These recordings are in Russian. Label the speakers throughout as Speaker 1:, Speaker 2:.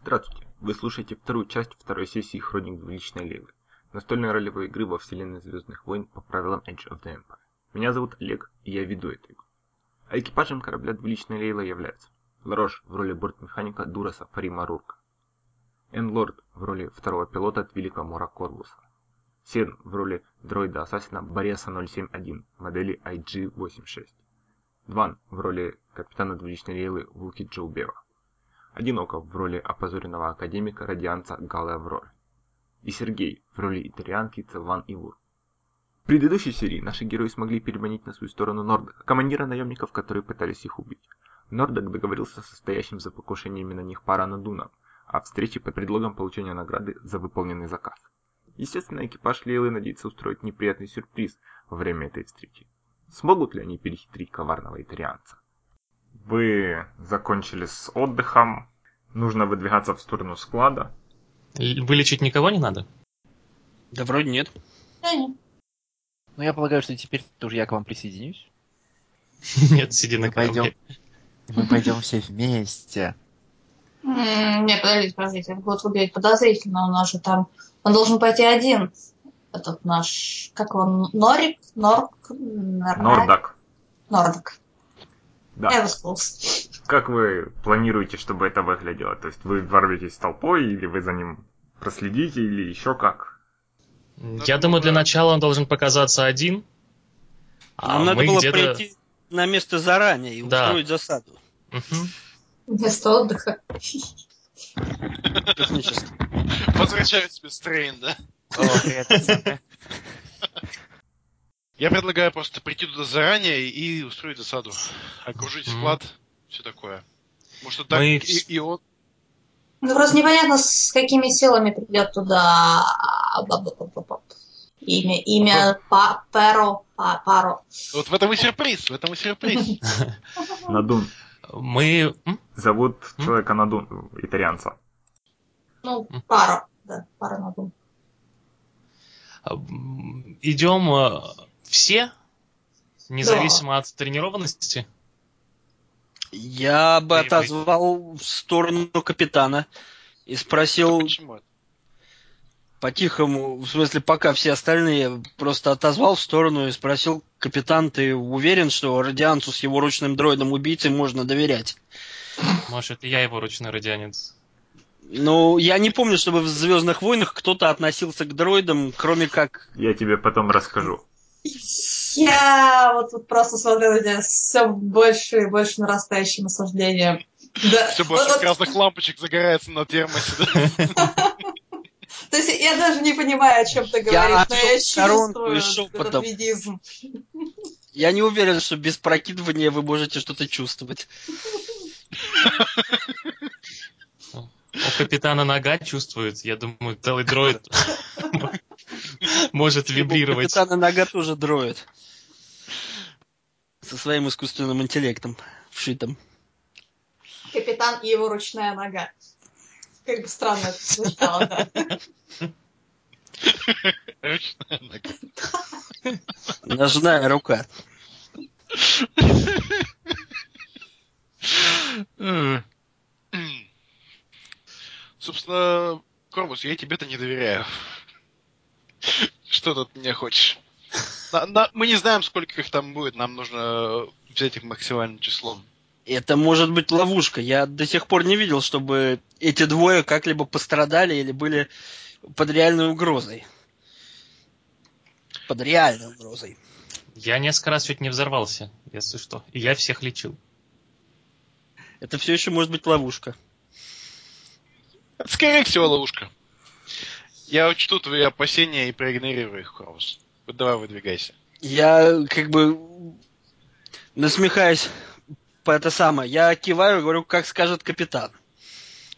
Speaker 1: Здравствуйте! Вы слушаете вторую часть второй сессии «Хроник двуличной Лилы» настольной ролевой игры во вселенной Звездных войн по правилам Age of the Empire. Меня зовут Олег, и я веду эту игру. А экипажем корабля двуличной Лейлы являются Ларош в роли бортмеханика Дураса Фарима Рурка, Энн Лорд в роли второго пилота от Великого Мора Корвуса, Сен в роли дроида-ассасина Бориаса 071 модели IG-86, Дван в роли капитана двуличной Лейлы Вуки Джоу Бева, Одиноков в роли опозоренного академика радианца Галы Авроры. И Сергей в роли итальянки Цеван Ивур. В предыдущей серии наши герои смогли переманить на свою сторону Нордока, командира наемников, которые пытались их убить. Нордок договорился со стоящим за покушениями на них Паранадуном о встрече под предлогом получения награды за выполненный заказ. Естественно, экипаж Лейлы надеется устроить неприятный сюрприз во время этой встречи. Смогут ли они перехитрить коварного итальянца? Вы закончили с отдыхом. Нужно выдвигаться в сторону склада.
Speaker 2: Л- Вылечить никого не надо?
Speaker 3: Да вроде нет.
Speaker 4: Ну, я полагаю, что теперь тоже я к вам присоединюсь.
Speaker 2: Нет, сиди на
Speaker 4: Мы пойдем.
Speaker 2: корабле.
Speaker 4: Мы пойдем все вместе.
Speaker 5: М, Не, подождите, подождите. Это будет выглядеть подозрительно. У нас же там... Он должен пойти один. Этот наш... Как он? Норик? Норк? Нора-
Speaker 1: Нордок.
Speaker 5: Нордок.
Speaker 1: Да.
Speaker 5: Ever Schools.
Speaker 1: Как вы планируете, чтобы это выглядело? То есть вы ворветесь толпой, или вы за ним проследите, или еще как?
Speaker 2: Я
Speaker 3: Надо
Speaker 2: думаю,
Speaker 3: было-
Speaker 2: для начала он должен показаться один. А
Speaker 3: Нам надо
Speaker 2: мы
Speaker 3: было
Speaker 2: где-то...
Speaker 3: прийти на место заранее и
Speaker 2: Да.
Speaker 3: устроить засаду.
Speaker 2: Мгм.
Speaker 5: Вместо отдыха.
Speaker 3: Космическую.
Speaker 6: Возвращаюсь без Трейн, да? Я предлагаю просто прийти туда заранее и устроить засаду. Окружить
Speaker 2: Мгм.
Speaker 6: склад, все такое. Может, вот так
Speaker 2: Мы
Speaker 6: и,
Speaker 2: вс-
Speaker 6: и он...
Speaker 5: Ну, просто непонятно, с какими силами придет туда... а, ба-ба-ба-ба-ба. Имя, имя па, Перо, па, Паро.
Speaker 6: Вот в этом и сюрприз, в этом и сюрприз.
Speaker 1: Надун.
Speaker 2: Мы... м?
Speaker 1: Зовут
Speaker 2: М?
Speaker 1: человека Надун, итальянца.
Speaker 5: Ну, Паро. Да, Паро надо.
Speaker 2: М, Идем э, все, независимо от тренированности.
Speaker 3: Я бы
Speaker 2: Эй, вы-
Speaker 3: отозвал в сторону капитана и
Speaker 2: Ну,
Speaker 3: спросил
Speaker 6: Почему?
Speaker 3: по-тихому, в смысле, пока все остальные, просто отозвал в сторону и спросил, капитан, ты уверен, что Радиансу с его ручным дроидом-убийцей можно доверять?
Speaker 2: Может, это я его ручной радианец.
Speaker 3: Ну, я не помню, чтобы в «Звездных войнах» кто-то относился к дроидам, кроме как...
Speaker 1: Я тебе потом расскажу.
Speaker 5: Я вот тут просто смотрю на тебя с все больше и больше нарастающим осуждением. Да.
Speaker 6: Все
Speaker 5: Вот-
Speaker 6: больше
Speaker 5: вот-
Speaker 6: красных лампочек загорается на термосе, да?
Speaker 5: То есть я даже не понимаю, о чем ты
Speaker 3: Я
Speaker 5: говоришь, но я
Speaker 3: отвел сторонку и
Speaker 5: чувствую этот
Speaker 3: шепотом.
Speaker 5: видизм.
Speaker 3: Я не уверен, что без прокидывания вы можете что-то чувствовать.
Speaker 2: У капитана нога чувствует, я думаю, целый дроид может
Speaker 3: У
Speaker 2: вибрировать.
Speaker 3: капитана нога тоже дроид. Со своим искусственным интеллектом вшитым.
Speaker 5: Капитан и его ручная нога. Как бы странно это звучало, да.
Speaker 6: Ручная нога.
Speaker 3: Ножная рука.
Speaker 6: М. М. Собственно, Кормус, я тебе-то не доверяю. Что ты от меня хочешь? На- на- Мы не знаем, сколько их там будет, нам нужно взять их максимальным числом.
Speaker 3: Это может быть ловушка. Я до сих пор не видел, чтобы эти двое как-либо пострадали или были под реальной угрозой. Под реальной угрозой.
Speaker 2: Я несколько раз чуть не взорвался, если что. И я всех лечил.
Speaker 3: Это все еще может быть ловушка.
Speaker 6: Это, скорее всего, ловушка. Я учту твои опасения и проигнорирую их, Кормус. Вот давай выдвигайся.
Speaker 3: Я как бы насмехаясь по это самое, я киваю и говорю, как скажет капитан.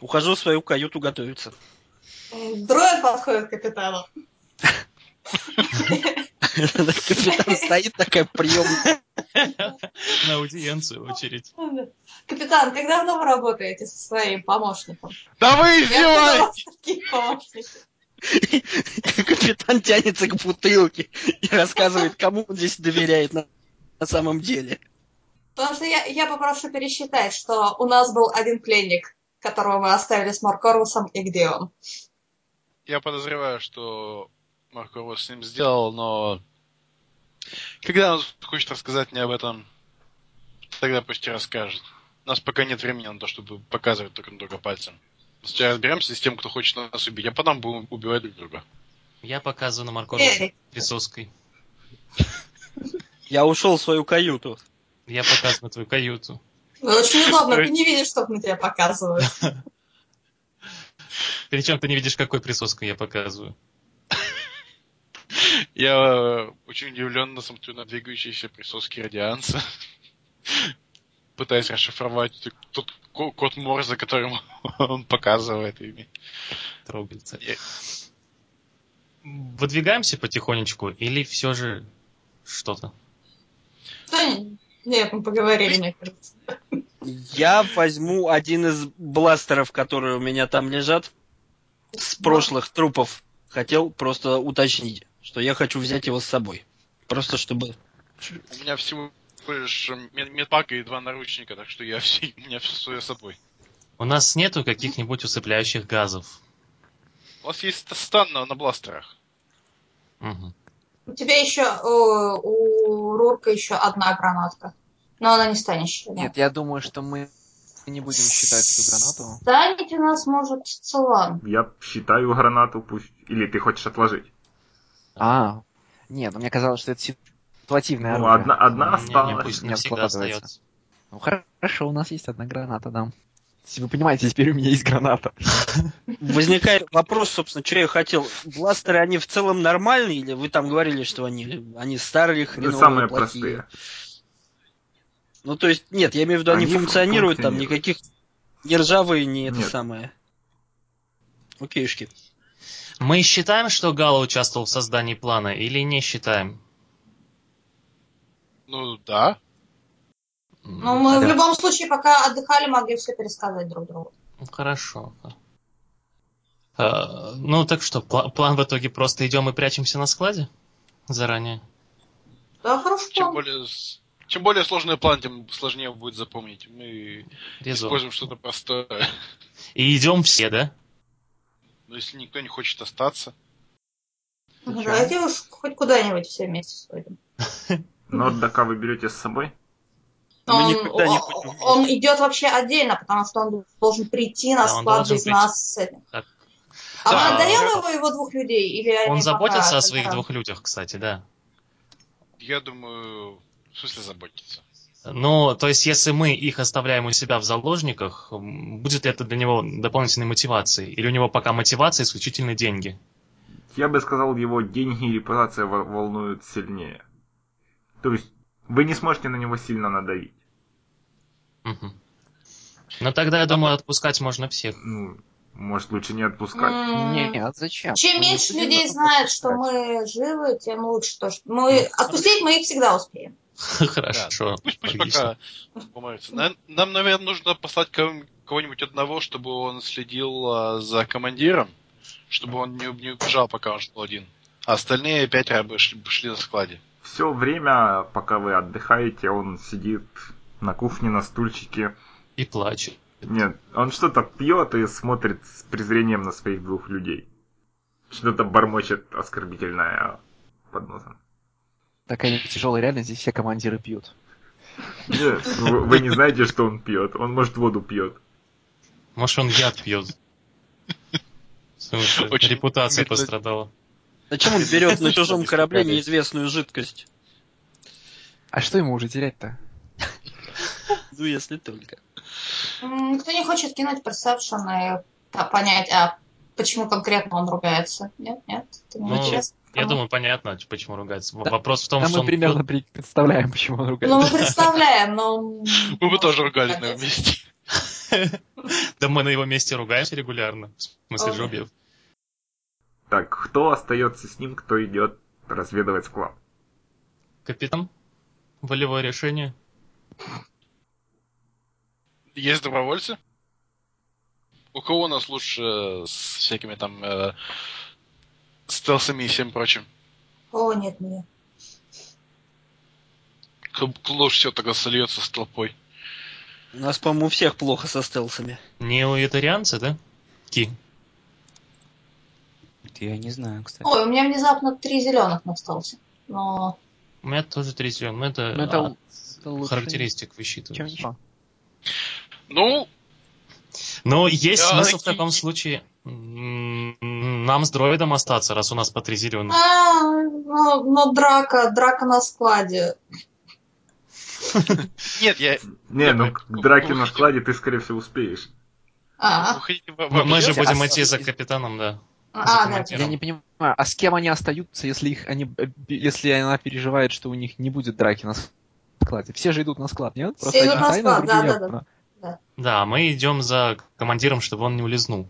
Speaker 3: Ухожу в свою каюту готовиться.
Speaker 5: Дроид подходит к капитану.
Speaker 3: Капитан стоит такая приемная.
Speaker 2: На аудиенцию очередь.
Speaker 5: Капитан, как давно вы работаете со своим помощником?
Speaker 6: Да вы
Speaker 5: Я думала,
Speaker 6: издеваетесь!
Speaker 5: у вас такие помощники.
Speaker 3: Капитан тянется к бутылке и рассказывает, кому он здесь доверяет на, на самом деле.
Speaker 5: Потому что я, я попрошу пересчитать, что у нас был один пленник, которого вы оставили с Маркорусом, и где он.
Speaker 6: Я подозреваю, что Марко Рос с ним сделал, но когда он хочет рассказать мне об этом, тогда пусть и расскажет. У нас пока нет времени на то, чтобы показывать друг на друга пальцем. Сейчас разберемся с тем, кто хочет нас убить, а потом будем убивать друг друга.
Speaker 2: Я показываю на Марко Руса
Speaker 5: Эрик,
Speaker 2: присоской.
Speaker 3: Я ушел в свою каюту.
Speaker 2: Я показываю на твою каюту.
Speaker 5: вы ну, очень удобно, ты не видишь, что на тебя показывают.
Speaker 2: Причем ты не видишь, какой присоской я показываю.
Speaker 6: Я э, очень удивленно смотрю на двигающиеся присоски радианца. Пытаясь расшифровать т- тот ко- код Морзе, которым он показывает ими.
Speaker 2: Трогается.
Speaker 6: Э.
Speaker 2: Выдвигаемся потихонечку или все же что-то?
Speaker 5: Да не- Нет, мы поговорили, мне кажется.
Speaker 3: Я возьму один из бластеров, которые у меня там лежат, с прошлых трупов. Хотел просто уточнить, что я хочу взять его с собой. Просто чтобы...
Speaker 6: У меня всего лишь м- медпак и два наручника, так что я все, у меня все с собой.
Speaker 2: У нас нету каких-нибудь усыпляющих газов.
Speaker 6: У вас есть ст- стан на, на бластерах.
Speaker 2: Мгм.
Speaker 5: У тебя еще, э, у Рурка еще одна гранатка. Но она не станет стрелять.
Speaker 4: Нет, я думаю, что мы не будем считать эту гранату.
Speaker 5: Станет у нас может Целан.
Speaker 1: Я считаю гранату, пусть... Или ты хочешь отложить?
Speaker 4: А, нет, ну мне казалось, что это ситуативное
Speaker 1: Ну, одна,
Speaker 4: оружие.
Speaker 1: одна
Speaker 2: Не, не,
Speaker 1: осталась.
Speaker 2: пусть
Speaker 4: не
Speaker 2: навсегда
Speaker 4: складывается.
Speaker 2: остается.
Speaker 4: Ну хор- хорошо, у нас есть одна граната, да. Если вы понимаете, теперь у меня есть граната.
Speaker 3: Возникает вопрос, собственно, что я хотел. Бластеры, они в целом нормальные? Или вы там говорили, что они, они старые,
Speaker 1: Ну,
Speaker 3: хреновые,
Speaker 1: самые
Speaker 3: плохие?
Speaker 1: простые.
Speaker 3: Ну, то есть, нет, я имею в виду, они,
Speaker 1: Они
Speaker 3: функционируют, там
Speaker 1: функционируют.
Speaker 3: никаких не ржавые, не это
Speaker 1: Нет.
Speaker 3: самое. Окейшки.
Speaker 2: Мы считаем, что Гала участвовал в создании плана или не считаем?
Speaker 6: Ну да.
Speaker 2: М,
Speaker 5: Но Ну, мы в
Speaker 2: да.
Speaker 5: любом случае, пока отдыхали, могли все пересказать друг другу.
Speaker 2: Ну, Хорошо. А, ну так что, пла- план в итоге просто идем и прячемся на складе? Заранее.
Speaker 5: Да, хорошо.
Speaker 6: Чем более, с- чем более сложный план, тем сложнее будет запомнить. Мы
Speaker 2: Резон.
Speaker 6: используем что-то простое.
Speaker 2: И идем все, да?
Speaker 6: Но если никто не хочет остаться,
Speaker 5: Ну, Давайте уж хоть куда-нибудь все вместе сходим.
Speaker 1: Нордака вы берете с собой?
Speaker 3: Мы
Speaker 5: Он,
Speaker 3: никогда не
Speaker 5: о-
Speaker 3: ходим вместе.
Speaker 5: он идет вообще отдельно, потому что он должен прийти на
Speaker 2: Да, он
Speaker 5: склад
Speaker 2: должен
Speaker 5: без
Speaker 2: прийти.
Speaker 5: нас с этим.
Speaker 2: Так.
Speaker 5: А
Speaker 2: Да.
Speaker 5: мы отдаем его, его двух людей? Или
Speaker 2: Он
Speaker 5: они
Speaker 2: заботится
Speaker 5: пока
Speaker 2: о своих
Speaker 5: тогда-
Speaker 2: двух людях, кстати, да.
Speaker 6: я думаю, в смысле заботиться.
Speaker 2: Ну, то есть, если мы их оставляем у себя в заложниках, м, будет ли это для него дополнительной мотивацией? Или у него пока мотивация исключительно деньги?
Speaker 1: Я бы сказал, его деньги и репутация во- волнуют сильнее. То есть вы не сможете на него сильно надавить.
Speaker 2: Мгм. Ну, тогда, я думаю, отпускать можно всех.
Speaker 1: Ну, может лучше не отпускать.
Speaker 5: М,
Speaker 4: Нет, а зачем?
Speaker 5: Чем
Speaker 4: Мы не
Speaker 5: меньше
Speaker 4: будем
Speaker 5: людей
Speaker 4: это
Speaker 5: знает, что
Speaker 4: обсуждать.
Speaker 5: мы живы, тем лучше. То, что мы... Отпустить мы их всегда успеем.
Speaker 2: Хорошо.
Speaker 6: Пусть, пусть
Speaker 2: логично.
Speaker 6: пока помоются. Нам, нам, наверное, нужно послать кого- кого-нибудь одного, чтобы он следил а, за командиром, чтобы он не, не убежал, пока он шел один. А остальные пятеро бы шли, бы шли на складе.
Speaker 1: Все время, пока вы отдыхаете, он сидит на кухне, на стульчике.
Speaker 2: И плачет.
Speaker 1: Нет, он что-то пьет и смотрит с презрением на своих двух людей. Что-то бормочет оскорбительное под носом.
Speaker 4: Такая тяжелая реальность, здесь все командиры пьют.
Speaker 1: Нет, вы вы не знаете, что он пьет. Он, может, воду пьет.
Speaker 2: Может, он яд пьет. В смысле,
Speaker 6: Очень
Speaker 2: Репутация
Speaker 6: медленно-
Speaker 2: пострадала.
Speaker 3: Зачем он берет на
Speaker 6: Известно,
Speaker 3: чужом
Speaker 6: что
Speaker 3: корабле
Speaker 6: искупались.
Speaker 3: неизвестную жидкость?
Speaker 4: А что ему уже терять-то?
Speaker 3: Ну, если только.
Speaker 5: М, Кто не хочет кинуть персепшн и та- понять, а почему конкретно он ругается? Нет, нет, это не
Speaker 2: Ну,
Speaker 5: интересно.
Speaker 2: Я
Speaker 5: Кому?
Speaker 2: думаю, понятно, ч- почему ругается. В-
Speaker 4: Да.
Speaker 2: Вопрос в том,
Speaker 4: Да
Speaker 2: что
Speaker 4: мы
Speaker 2: он...
Speaker 4: примерно при- представляем, почему он
Speaker 5: Ну, мы
Speaker 4: ругается.
Speaker 5: представляем, но...
Speaker 6: Мы бы тоже ругались на месте.
Speaker 2: Да мы на его месте ругаемся регулярно. В смысле,
Speaker 5: Ой.
Speaker 2: Жобиев.
Speaker 1: Так, кто остается с ним, кто идет разведывать склад?
Speaker 2: Капитан, волевое решение.
Speaker 6: Есть добровольцы? У кого у нас лучше э, с всякими там э, стелсами и всем прочим?
Speaker 5: О, нет, нет.
Speaker 6: Кто кто лучше всего тогда сольется с толпой?
Speaker 3: У нас, по-моему, у всех плохо со стелсами.
Speaker 2: Не у итарианцы, да? Ки.
Speaker 7: Я не знаю, кстати.
Speaker 5: Ой, у меня внезапно три зеленых на стелсе. Но
Speaker 2: У меня тоже три зелёных, но это,
Speaker 4: Ну, это, л- это
Speaker 2: от
Speaker 4: лучше,
Speaker 2: характеристик
Speaker 4: чем
Speaker 2: высчитывается.
Speaker 4: ничего.
Speaker 6: Ну,
Speaker 2: Но есть
Speaker 6: Да,
Speaker 2: смысл в
Speaker 6: такие-
Speaker 2: таком случае м, нам с дроидом остаться, раз у нас по три зеленых.
Speaker 5: А, но, но драка, драка на складе.
Speaker 6: нет, я...
Speaker 1: Не,
Speaker 6: Я
Speaker 1: ну
Speaker 6: так-
Speaker 1: к драке на складе ты, скорее всего, успеешь.
Speaker 5: А,
Speaker 6: Уходите в-
Speaker 2: Мы,
Speaker 3: Ну,
Speaker 2: мы
Speaker 6: вообще.
Speaker 2: же
Speaker 4: Слушайте,
Speaker 2: будем
Speaker 4: а
Speaker 2: идти
Speaker 4: с-
Speaker 2: за капитаном, да.
Speaker 5: а, да.
Speaker 2: командиром.
Speaker 4: Я не понимаю, а с кем они остаются, если их они, э, если она переживает, что у них не будет драки на складе? Все же идут на склад, нет?
Speaker 5: Все идут на
Speaker 4: тайно,
Speaker 5: склад,
Speaker 4: другие
Speaker 5: да, да,
Speaker 4: явно.
Speaker 2: Да, мы идем за командиром, чтобы он не улизнул.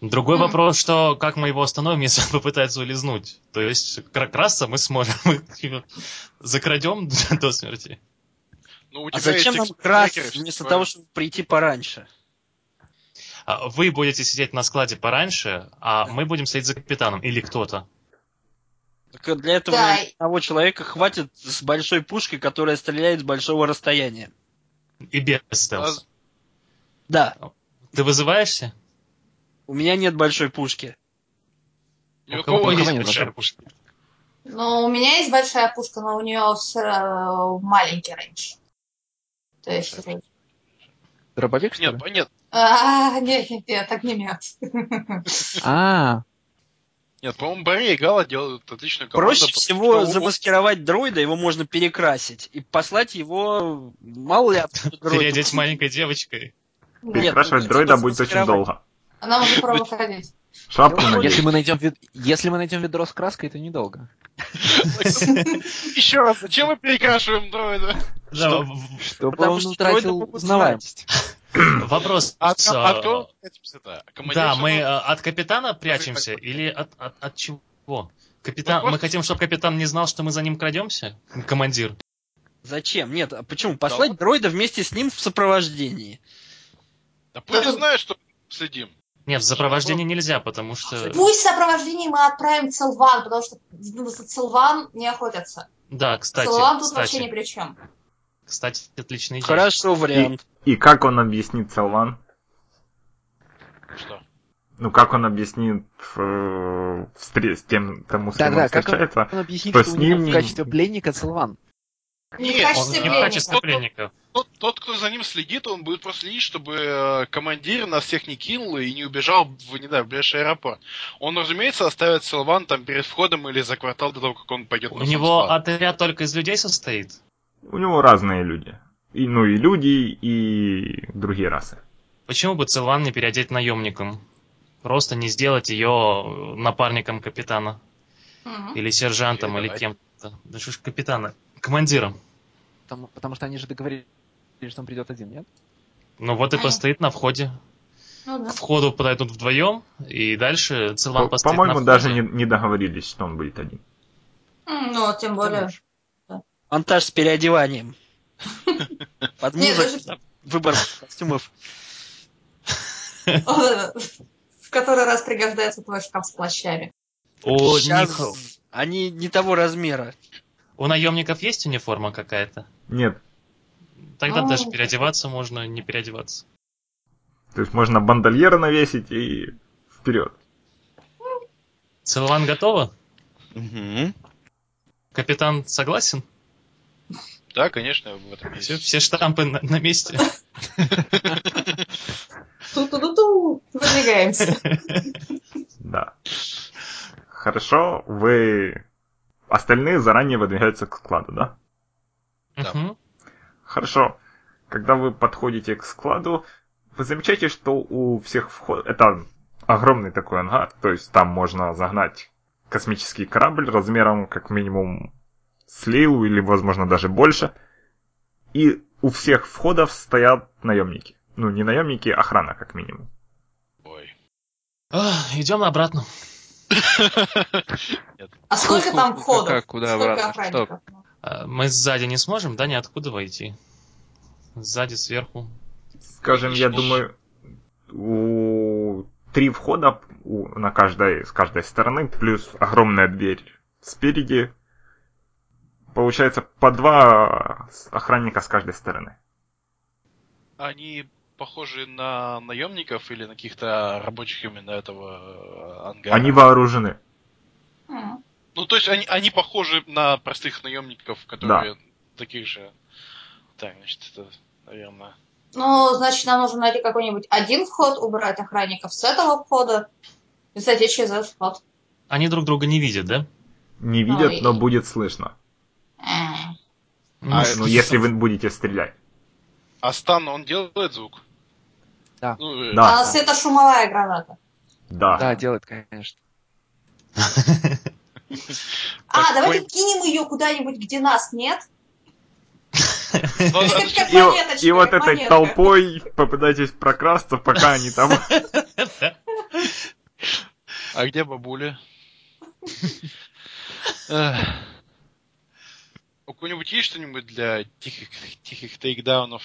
Speaker 2: Другой
Speaker 5: Мгм.
Speaker 2: вопрос, что как мы его остановим, если он попытается улизнуть. То есть кра- красться мы сможем. Мы его закрадем до смерти.
Speaker 6: Ну, у
Speaker 3: А
Speaker 6: тебя
Speaker 3: зачем
Speaker 6: есть
Speaker 3: нам
Speaker 6: экс-
Speaker 3: красить,
Speaker 6: хакеры,
Speaker 3: вместо
Speaker 6: всё
Speaker 3: того, чтобы прийти пораньше?
Speaker 2: А Вы будете сидеть на складе пораньше, а мы будем сидеть за капитаном или кто-то.
Speaker 3: Так э, для этого
Speaker 5: Да.
Speaker 3: одного человека хватит с большой пушкой, которая стреляет с большого расстояния.
Speaker 2: И без
Speaker 6: А
Speaker 2: стелса.
Speaker 6: з-
Speaker 3: Да,
Speaker 2: Ты вызываешься?
Speaker 3: у меня нет большой пушки.
Speaker 6: ни у
Speaker 2: А кого-
Speaker 6: кого
Speaker 2: у
Speaker 4: кого
Speaker 6: есть
Speaker 4: нет
Speaker 6: большая
Speaker 4: большой
Speaker 6: пушка.
Speaker 5: Ну, у меня есть большая пушка, но у нее все маленький рейндж. То есть... это-
Speaker 4: Дробовик, что
Speaker 6: Нет,
Speaker 4: ли?
Speaker 6: нет,
Speaker 5: А, нет, нет, нет, огнемет.
Speaker 4: А,
Speaker 6: нет, по-моему, Барри и Гала делают отличную команду.
Speaker 3: Проще
Speaker 6: потому
Speaker 3: всего
Speaker 6: что у-
Speaker 3: замаскировать дроида, его можно перекрасить и послать его, мало ли, откуда дроид.
Speaker 2: Переодеть маленькой девочкой?
Speaker 5: Да.
Speaker 1: Перекрашивать
Speaker 3: ну,
Speaker 1: дроида
Speaker 3: что
Speaker 1: будет очень
Speaker 3: замаскировать?
Speaker 1: долго.
Speaker 5: Она уже пробовала ходить. А
Speaker 1: Шапку
Speaker 3: Ну,
Speaker 1: надеть.
Speaker 4: если мы найдем вид- если мы найдем ведро с краской, то недолго.
Speaker 6: Еще раз, зачем мы перекрашиваем дроида?
Speaker 2: Да, в-
Speaker 4: Чтобы
Speaker 3: Потому
Speaker 4: он
Speaker 3: что дроиды
Speaker 4: утратил
Speaker 3: могут
Speaker 4: узнаваемость.
Speaker 2: Вопрос.
Speaker 6: А,
Speaker 2: с,
Speaker 6: а кто?
Speaker 2: а,
Speaker 6: эти цвета? Командир
Speaker 2: Да,
Speaker 6: всё
Speaker 2: мы э,
Speaker 6: равно-
Speaker 2: от капитана прячемся
Speaker 6: так.
Speaker 2: или от, от, от чего? Капитан,
Speaker 6: Ну,
Speaker 2: мы хотим, чтобы капитан не знал, что мы за ним крадемся? Командир.
Speaker 3: Зачем? Нет, а почему? Послать дроида вместе с ним в сопровождении.
Speaker 6: Да пусть знает, что мы следим.
Speaker 2: Нет, в сопровождении нельзя, потому что...
Speaker 5: Пусть в сопровождении мы отправим Целван, потому что ну, за Целван не охотятся.
Speaker 2: Да, кстати,
Speaker 5: Целван тут вообще ни
Speaker 2: кстати,
Speaker 5: при чем.
Speaker 2: кстати, отличная идея.
Speaker 3: Хорошо, вариант.
Speaker 1: И как он объяснит Салван?
Speaker 6: Что?
Speaker 1: Ну, как он объяснит э, встрече с тем, тому, с кем
Speaker 4: Да-да,
Speaker 1: он
Speaker 4: как
Speaker 1: встречается?
Speaker 4: Он объяснит,
Speaker 1: Что
Speaker 4: что
Speaker 1: с
Speaker 4: у него
Speaker 1: ним-
Speaker 4: в качестве пленника Целван.
Speaker 5: Не в
Speaker 6: Нет,
Speaker 2: Он не
Speaker 5: качестве
Speaker 2: в
Speaker 5: пленника.
Speaker 2: качестве пленника.
Speaker 6: Тот, тот, кто за ним следит, он будет просто следить, чтобы э, командир нас всех не кинул и не убежал в, не знаю, в ближайший аэропорт. Он, разумеется, оставит Силван там перед входом или за квартал до того, как он пойдет
Speaker 2: У
Speaker 6: на сам
Speaker 2: него
Speaker 6: склад.
Speaker 2: отряд только из людей состоит.
Speaker 1: У него разные люди. И, ну, и люди, и другие расы.
Speaker 2: Почему бы Целван не переодеть наемником? Просто не сделать ее напарником капитана.
Speaker 5: Мгм.
Speaker 2: Или сержантом,
Speaker 6: Или
Speaker 2: или
Speaker 6: давай.
Speaker 2: кем-то. Да что ж капитана? Командиром.
Speaker 4: Потому, потому что они же договорились, что он придет один, нет?
Speaker 2: Ну вот и
Speaker 5: Ага.
Speaker 2: постоит на входе.
Speaker 5: Ну да.
Speaker 2: К входу подойдут вдвоем, и дальше Целван
Speaker 1: По-
Speaker 2: постоит на
Speaker 1: По-моему,
Speaker 2: входе.
Speaker 1: даже не, не договорились, что он будет один.
Speaker 5: М, Ну, тем более.
Speaker 3: Монтаж с переодеванием. Под
Speaker 5: Нет,
Speaker 3: музыку,
Speaker 5: даже
Speaker 3: выбор костюмов.
Speaker 5: в который раз пригождается твой шкаф с плащами.
Speaker 2: У
Speaker 3: Щас
Speaker 2: них-
Speaker 3: Они не того размера.
Speaker 2: у наемников есть униформа какая-то?
Speaker 1: Нет,
Speaker 2: Тогда
Speaker 5: А.
Speaker 2: даже переодеваться можно, не переодеваться.
Speaker 1: то есть можно бандольера навесить и вперед.
Speaker 2: Целован готова?
Speaker 7: Мгм.
Speaker 2: Капитан согласен?
Speaker 6: Да, конечно, в этом есть.
Speaker 2: Все, все штампы на, на месте.
Speaker 5: Ту-ту-ту-ту. Выдвигаемся.
Speaker 1: Да. Хорошо, вы... Остальные заранее выдвигаются к складу, да?
Speaker 6: Да.
Speaker 2: Мгм.
Speaker 1: Хорошо. Когда вы подходите к складу, вы замечаете, что у всех вход... Это огромный такой ангар, то есть там можно загнать космический корабль размером как минимум с Лейлу или, возможно, даже больше. И у всех входов стоят наемники. Ну, не наемники, а охрана, как минимум.
Speaker 6: Ой.
Speaker 2: Ах, Идем обратно.
Speaker 5: А сколько
Speaker 7: Фу,
Speaker 5: там
Speaker 7: фу,
Speaker 5: входов?
Speaker 7: как, куда
Speaker 5: Сколько
Speaker 7: обратно, что?
Speaker 5: охранников?
Speaker 2: А, Мы сзади не сможем, да, ниоткуда войти. Сзади, сверху.
Speaker 1: Скажем, я
Speaker 6: Ещё.
Speaker 1: думаю, у три входа у- на каждой, с каждой стороны, плюс огромная дверь спереди. Получается по два с- охранника с каждой стороны.
Speaker 6: они похожи на наемников или на каких-то рабочих именно этого э, ангара?
Speaker 1: Они вооружены.
Speaker 5: М.
Speaker 6: Ну, то есть они, они похожи на простых наемников, которые таких же. Так, значит, это, наверное.
Speaker 5: Ну, значит, нам нужно найти какой-нибудь один вход, убрать охранников с этого входа и зайти через этот вход.
Speaker 2: Они друг друга не видят, да?
Speaker 1: Не видят,
Speaker 5: Ой.
Speaker 1: но будет слышно.
Speaker 5: М.
Speaker 2: Ну,
Speaker 6: А,
Speaker 2: с-
Speaker 1: Ну, если вы будете стрелять.
Speaker 6: А стан, он делает звук?
Speaker 4: Да.
Speaker 6: Ну, э,
Speaker 1: Да.
Speaker 5: А светошумовая граната.
Speaker 1: Да.
Speaker 4: Да, делает, конечно.
Speaker 5: А,
Speaker 6: Так,
Speaker 5: давайте
Speaker 6: ой.
Speaker 5: кинем ее куда-нибудь, где нас нет.
Speaker 6: ну,
Speaker 5: Это
Speaker 6: а-
Speaker 5: как
Speaker 1: И, во-
Speaker 5: монеточка,
Speaker 1: и вот
Speaker 5: как
Speaker 1: этой
Speaker 5: монетка.
Speaker 1: толпой попытайтесь прокрасться, пока они там.
Speaker 6: А где бабуля? Эх. У кого-нибудь есть что-нибудь для тихих, тихих тейкдаунов?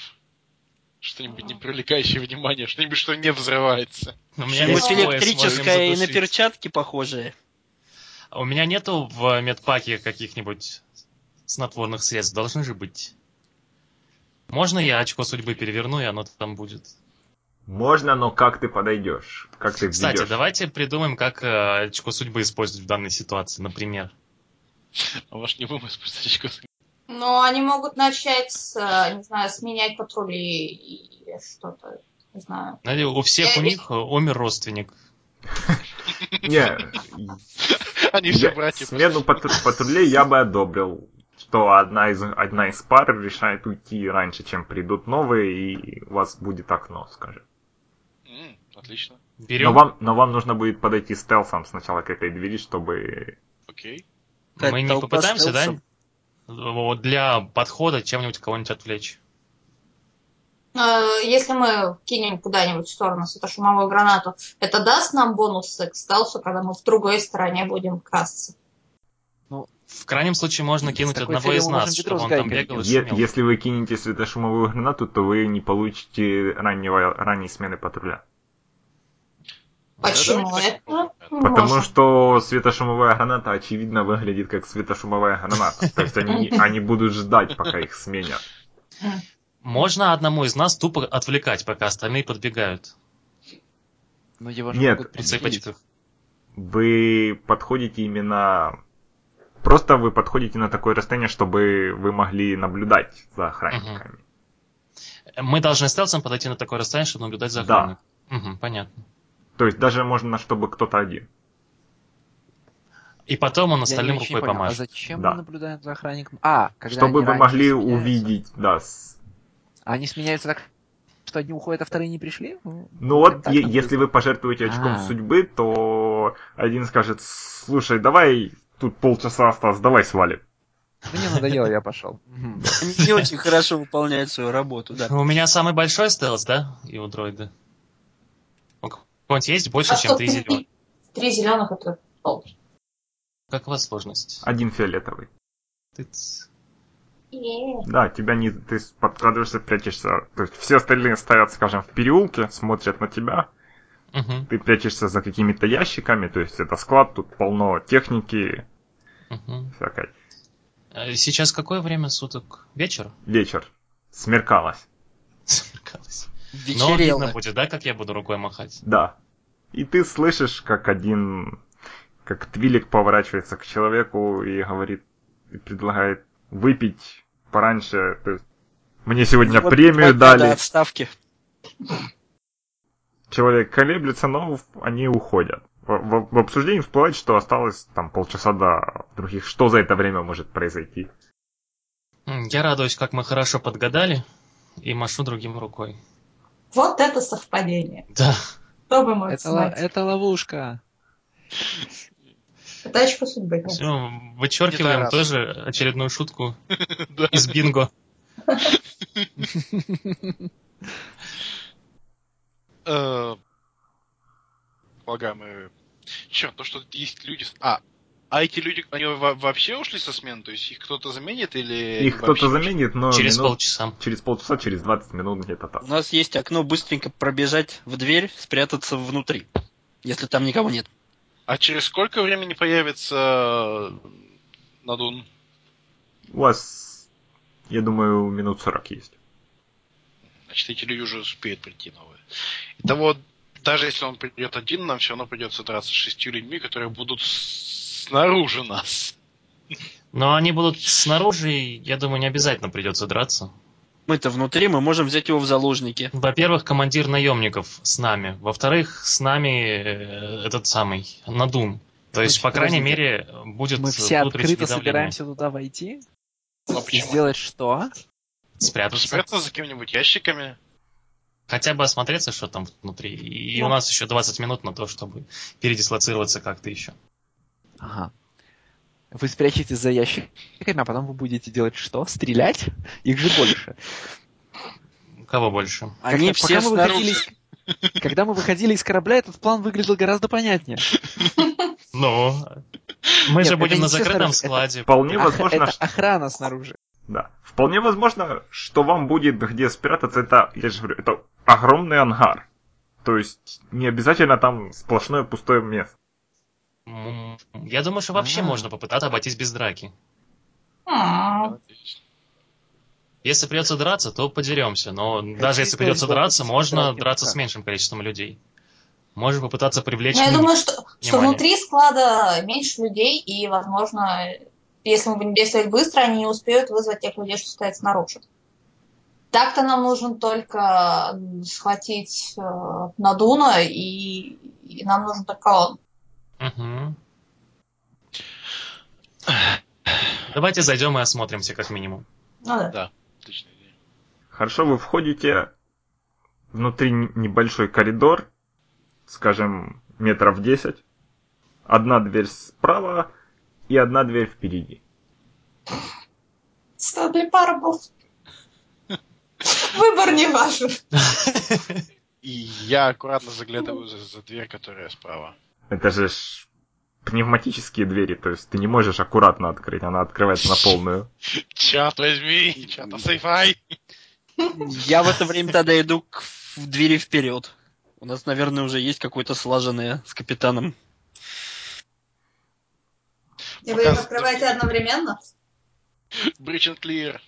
Speaker 6: Что-нибудь не привлекающее внимание, что-нибудь, что не взрывается.
Speaker 2: у меня
Speaker 5: Что-нибудь
Speaker 2: есть
Speaker 3: Что-нибудь
Speaker 5: пояс,
Speaker 2: пояс, можем
Speaker 3: электрическое и на
Speaker 2: задушить.
Speaker 3: перчатки похожее.
Speaker 2: А У меня нету в медпаке каких-нибудь снотворных средств. Должны же быть. Можно я очко судьбы переверну, и оно там будет?
Speaker 1: Можно, но как ты подойдешь? Как ты
Speaker 2: Кстати,
Speaker 1: введешь?
Speaker 2: давайте придумаем, как э, очко судьбы использовать в данной ситуации, например.
Speaker 6: А может, не будем использовать очко
Speaker 5: Но они могут начать, с, э, не знаю, сменять патрули и что-то, не знаю.
Speaker 2: Знаете, у всех
Speaker 5: Я-
Speaker 2: у них э, умер родственник.
Speaker 1: Не,
Speaker 6: Они все
Speaker 1: я-
Speaker 6: братья.
Speaker 1: смену патру- патрулей я бы одобрил. Что одна из, одна из пар решает уйти раньше, чем придут новые, и у вас будет окно, скажем.
Speaker 6: М, Отлично.
Speaker 1: Но
Speaker 2: Берем.
Speaker 1: вам, но вам нужно будет подойти стелсом сначала к этой двери, чтобы...
Speaker 6: Окей.
Speaker 3: Какая-то
Speaker 2: Мы не
Speaker 3: толпа
Speaker 2: попытаемся, да?
Speaker 3: стелсом.
Speaker 2: Вот для подхода чем-нибудь кого-нибудь отвлечь.
Speaker 5: Э, Если мы кинем куда-нибудь в сторону светошумовую гранату, это даст нам бонусы к стелсу, когда мы в другой стороне будем красться?
Speaker 2: В крайнем случае можно
Speaker 4: С
Speaker 2: кинуть
Speaker 4: такой
Speaker 2: одного
Speaker 4: целью
Speaker 2: из
Speaker 4: мы
Speaker 2: нас,
Speaker 4: можем
Speaker 2: чтобы
Speaker 4: ведро с
Speaker 2: он там
Speaker 4: гайкой
Speaker 2: бегал и
Speaker 1: Е-
Speaker 2: шумел.
Speaker 1: если вы кинете светошумовую гранату, то вы не получите раннего, ранней смены патруля.
Speaker 5: Почему
Speaker 6: Да-да,
Speaker 5: это?
Speaker 6: так и
Speaker 5: Ну, можно?
Speaker 1: Потому что светошумовая граната, очевидно, выглядит как светошумовая граната. То есть они, они будут ждать, пока их сменят.
Speaker 2: Можно одному из нас тупо отвлекать, пока остальные подбегают.
Speaker 4: Но его же
Speaker 1: Нет,
Speaker 2: На
Speaker 4: могут пристрелить.
Speaker 2: цепочках.
Speaker 1: Вы подходите именно... Просто вы подходите на такое расстояние, чтобы вы могли наблюдать за охранниками.
Speaker 2: Мы должны стелсом подойти на такое расстояние, чтобы наблюдать за
Speaker 1: Да.
Speaker 2: охранником. Мгм, понятно.
Speaker 1: То есть даже можно, чтобы кто-то один.
Speaker 2: И потом он
Speaker 4: Я
Speaker 2: остальным
Speaker 4: не очень
Speaker 2: рукой
Speaker 4: понял,
Speaker 2: помашет.
Speaker 4: А зачем
Speaker 1: Да.
Speaker 4: мы наблюдаем за охранником? А, когда
Speaker 1: чтобы
Speaker 4: они
Speaker 1: вы
Speaker 4: раньше
Speaker 1: могли
Speaker 4: сменяются.
Speaker 1: увидеть, да. с-
Speaker 4: А они сменяются так, что одни уходят, а вторые не пришли? Ну,
Speaker 1: Ну вот,
Speaker 4: так
Speaker 1: е-
Speaker 4: надо
Speaker 1: если вы пожертвуете очком
Speaker 4: А.
Speaker 1: судьбы, то один скажет, слушай, давай, тут полчаса осталось, давай свалим.
Speaker 4: Мне надоело, ну, я пошел. Мгм.
Speaker 3: Они не очень хорошо выполняют свою работу, да.
Speaker 2: У меня самый большой стелс, да? И у дроида. У кого-нибудь есть больше,
Speaker 5: А
Speaker 2: чем
Speaker 5: что,
Speaker 2: три зеленых?
Speaker 5: три, три зеленых это толк.
Speaker 2: Как у вас сложность?
Speaker 1: Один фиолетовый.
Speaker 2: Тыц.
Speaker 5: Е.
Speaker 1: Да, тебя не... Ты с- подкрадываешься, прячешься. То есть все остальные стоят, скажем, в переулке, смотрят на тебя.
Speaker 2: Мгм,
Speaker 1: Ты прячешься за какими-то ящиками, то есть это склад, тут полно техники
Speaker 2: мгм.
Speaker 1: всякой.
Speaker 2: Э, Сейчас какое время суток? Вечер?
Speaker 1: Вечер. Смеркалось.
Speaker 2: Смеркалось. Но видно
Speaker 3: Вечерело.
Speaker 2: будет, да, как я буду рукой махать?
Speaker 1: Да. И ты слышишь, как один... Как Твилик поворачивается к человеку и говорит... И предлагает выпить пораньше. То есть мне сегодня
Speaker 3: Вот
Speaker 1: премию
Speaker 3: два года
Speaker 1: дали.
Speaker 3: отставки.
Speaker 1: человек колеблется, но в- они уходят. В, в- в обсуждении всплывает, что осталось там полчаса до других. Что за это время может произойти?
Speaker 2: М, Я радуюсь, как мы хорошо подгадали и машу другим рукой.
Speaker 5: Вот это совпадение.
Speaker 2: Да.
Speaker 5: Кто бы мог
Speaker 4: Это э, ло-
Speaker 5: знать?
Speaker 4: это ловушка.
Speaker 5: Это очко судьбы. нет.
Speaker 2: Всё,
Speaker 6: Не та
Speaker 2: Вычеркиваем
Speaker 6: раз.
Speaker 2: тоже очередную шутку
Speaker 6: Да.
Speaker 2: из бинго.
Speaker 6: Э, Полагаю, мы... Черт, то, что тут есть люди... с- А, а эти люди, они во- вообще ушли со смены? То есть их кто-то заменит или...
Speaker 1: Их кто-то
Speaker 6: Э, вообще
Speaker 1: заменит, но
Speaker 2: Через
Speaker 1: минут-
Speaker 2: полчаса.
Speaker 1: через полчаса, через 20 минут где-то так.
Speaker 3: У нас есть окно быстренько пробежать в дверь, спрятаться внутри, если там никого нет.
Speaker 6: А через сколько времени появится э, Надун?
Speaker 1: У вас, я думаю, минут 40 есть.
Speaker 6: Значит, эти люди уже успеют прийти новые. Итого, даже если он придет один, нам все равно придется драться с шестью людьми, которые будут с- снаружи нас.
Speaker 2: Но они будут снаружи, и, я думаю, не обязательно придется драться.
Speaker 3: Мы-то внутри, мы можем взять его в заложники.
Speaker 2: Во-первых, командир наемников с нами. Во-вторых, с нами э, этот самый Надум. То есть,
Speaker 4: Значит,
Speaker 2: по крайней
Speaker 4: подождите.
Speaker 2: мере, будет
Speaker 4: Мы все
Speaker 2: будут
Speaker 4: открыто
Speaker 2: предъявлены.
Speaker 4: собираемся туда войти
Speaker 6: Но
Speaker 4: и
Speaker 6: почему?
Speaker 4: сделать что?
Speaker 2: спрятаться.
Speaker 6: Спрятаться Ну, за какими-нибудь ящиками.
Speaker 2: Хотя бы осмотреться, что там внутри. И
Speaker 4: Ну.
Speaker 2: у нас еще 20 минут на то, чтобы передислоцироваться как-то еще.
Speaker 4: Ага. Вы спрячетесь за ящиками, а потом вы будете делать что? Стрелять? Их же больше.
Speaker 2: Кого больше?
Speaker 3: Они
Speaker 4: Как-то
Speaker 3: все
Speaker 4: пока мы
Speaker 3: снаружи.
Speaker 4: выходили из- Когда мы выходили из корабля, этот план выглядел гораздо понятнее.
Speaker 2: Ну, мы
Speaker 4: Нет,
Speaker 2: же
Speaker 4: это
Speaker 2: будем
Speaker 4: не
Speaker 2: на
Speaker 4: все
Speaker 2: закрытом
Speaker 4: снаружи, это-
Speaker 2: складе.
Speaker 1: Вполне
Speaker 4: Ох-
Speaker 1: возможно,
Speaker 4: это
Speaker 1: что-
Speaker 4: охрана снаружи.
Speaker 1: да. Вполне возможно, что вам будет где спрятаться. Это, я же говорю, это огромный ангар. То есть не обязательно там сплошное пустое место.
Speaker 2: М, Я думаю, что вообще
Speaker 4: А.
Speaker 2: можно попытаться обойтись без драки.
Speaker 6: я
Speaker 3: Ну.
Speaker 5: М,
Speaker 6: надеюсь.
Speaker 2: Если придется драться, то подеремся. Но даже если
Speaker 4: и
Speaker 2: придется
Speaker 4: повезло,
Speaker 2: драться,
Speaker 4: потому что
Speaker 2: можно
Speaker 4: драки
Speaker 2: драться
Speaker 4: пока.
Speaker 2: с меньшим количеством людей. Можем попытаться привлечь...
Speaker 5: Ну, я
Speaker 2: вни-
Speaker 5: думаю, что, что
Speaker 2: внимание.
Speaker 5: внутри склада меньше людей, и, возможно, если мы будем действовать быстро, они не успеют вызвать тех людей, что стоят снаружи. Так-то нам нужен только м, схватить э, Надуна, и, и нам нужен только он.
Speaker 2: Мгм. Давайте зайдем и осмотримся, как минимум.
Speaker 5: Ну да.
Speaker 6: Отличная идея.
Speaker 1: Хорошо, вы входите внутри н- небольшой коридор, скажем, метров 10. Одна дверь справа и одна дверь впереди.
Speaker 5: Стэнли Парабов. Выбор не ваш.
Speaker 6: И я аккуратно заглядываю за, за дверь, которая справа.
Speaker 1: Это же ж пневматические двери, то есть ты не можешь аккуратно открыть, она открывается на полную.
Speaker 6: Черт возьми! Черт, сейфай!
Speaker 3: Я в это время тогда иду к в двери вперед. У нас, наверное, уже есть какое-то слаженное с капитаном.
Speaker 5: И вы их открываете одновременно?
Speaker 6: Bridge and clear.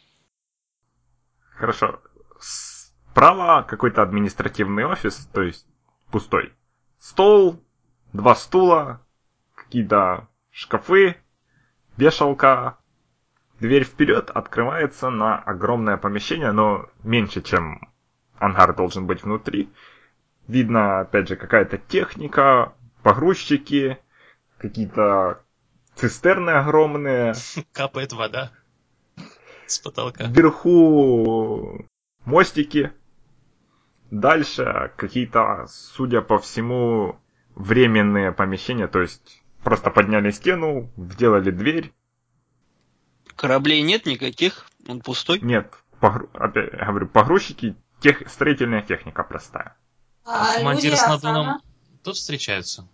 Speaker 1: Хорошо. Справа какой-то административный офис, то есть пустой. Стол, два стула, какие-то шкафы, вешалка. Дверь вперед открывается на огромное помещение, но меньше, чем ангар должен быть внутри. Видно, опять же, какая-то техника, погрузчики, какие-то цистерны огромные.
Speaker 2: Капает вода с потолка.
Speaker 1: Вверху мостики. Дальше какие-то, судя по всему, временные помещения. То есть просто подняли стену, сделали дверь.
Speaker 3: Кораблей нет никаких, он пустой.
Speaker 1: Нет, погру- опять говорю, погрузчики, тех... строительная техника простая.
Speaker 5: А
Speaker 2: командир
Speaker 5: люди
Speaker 2: с Надуном
Speaker 5: охрана?
Speaker 2: Тут встречаются.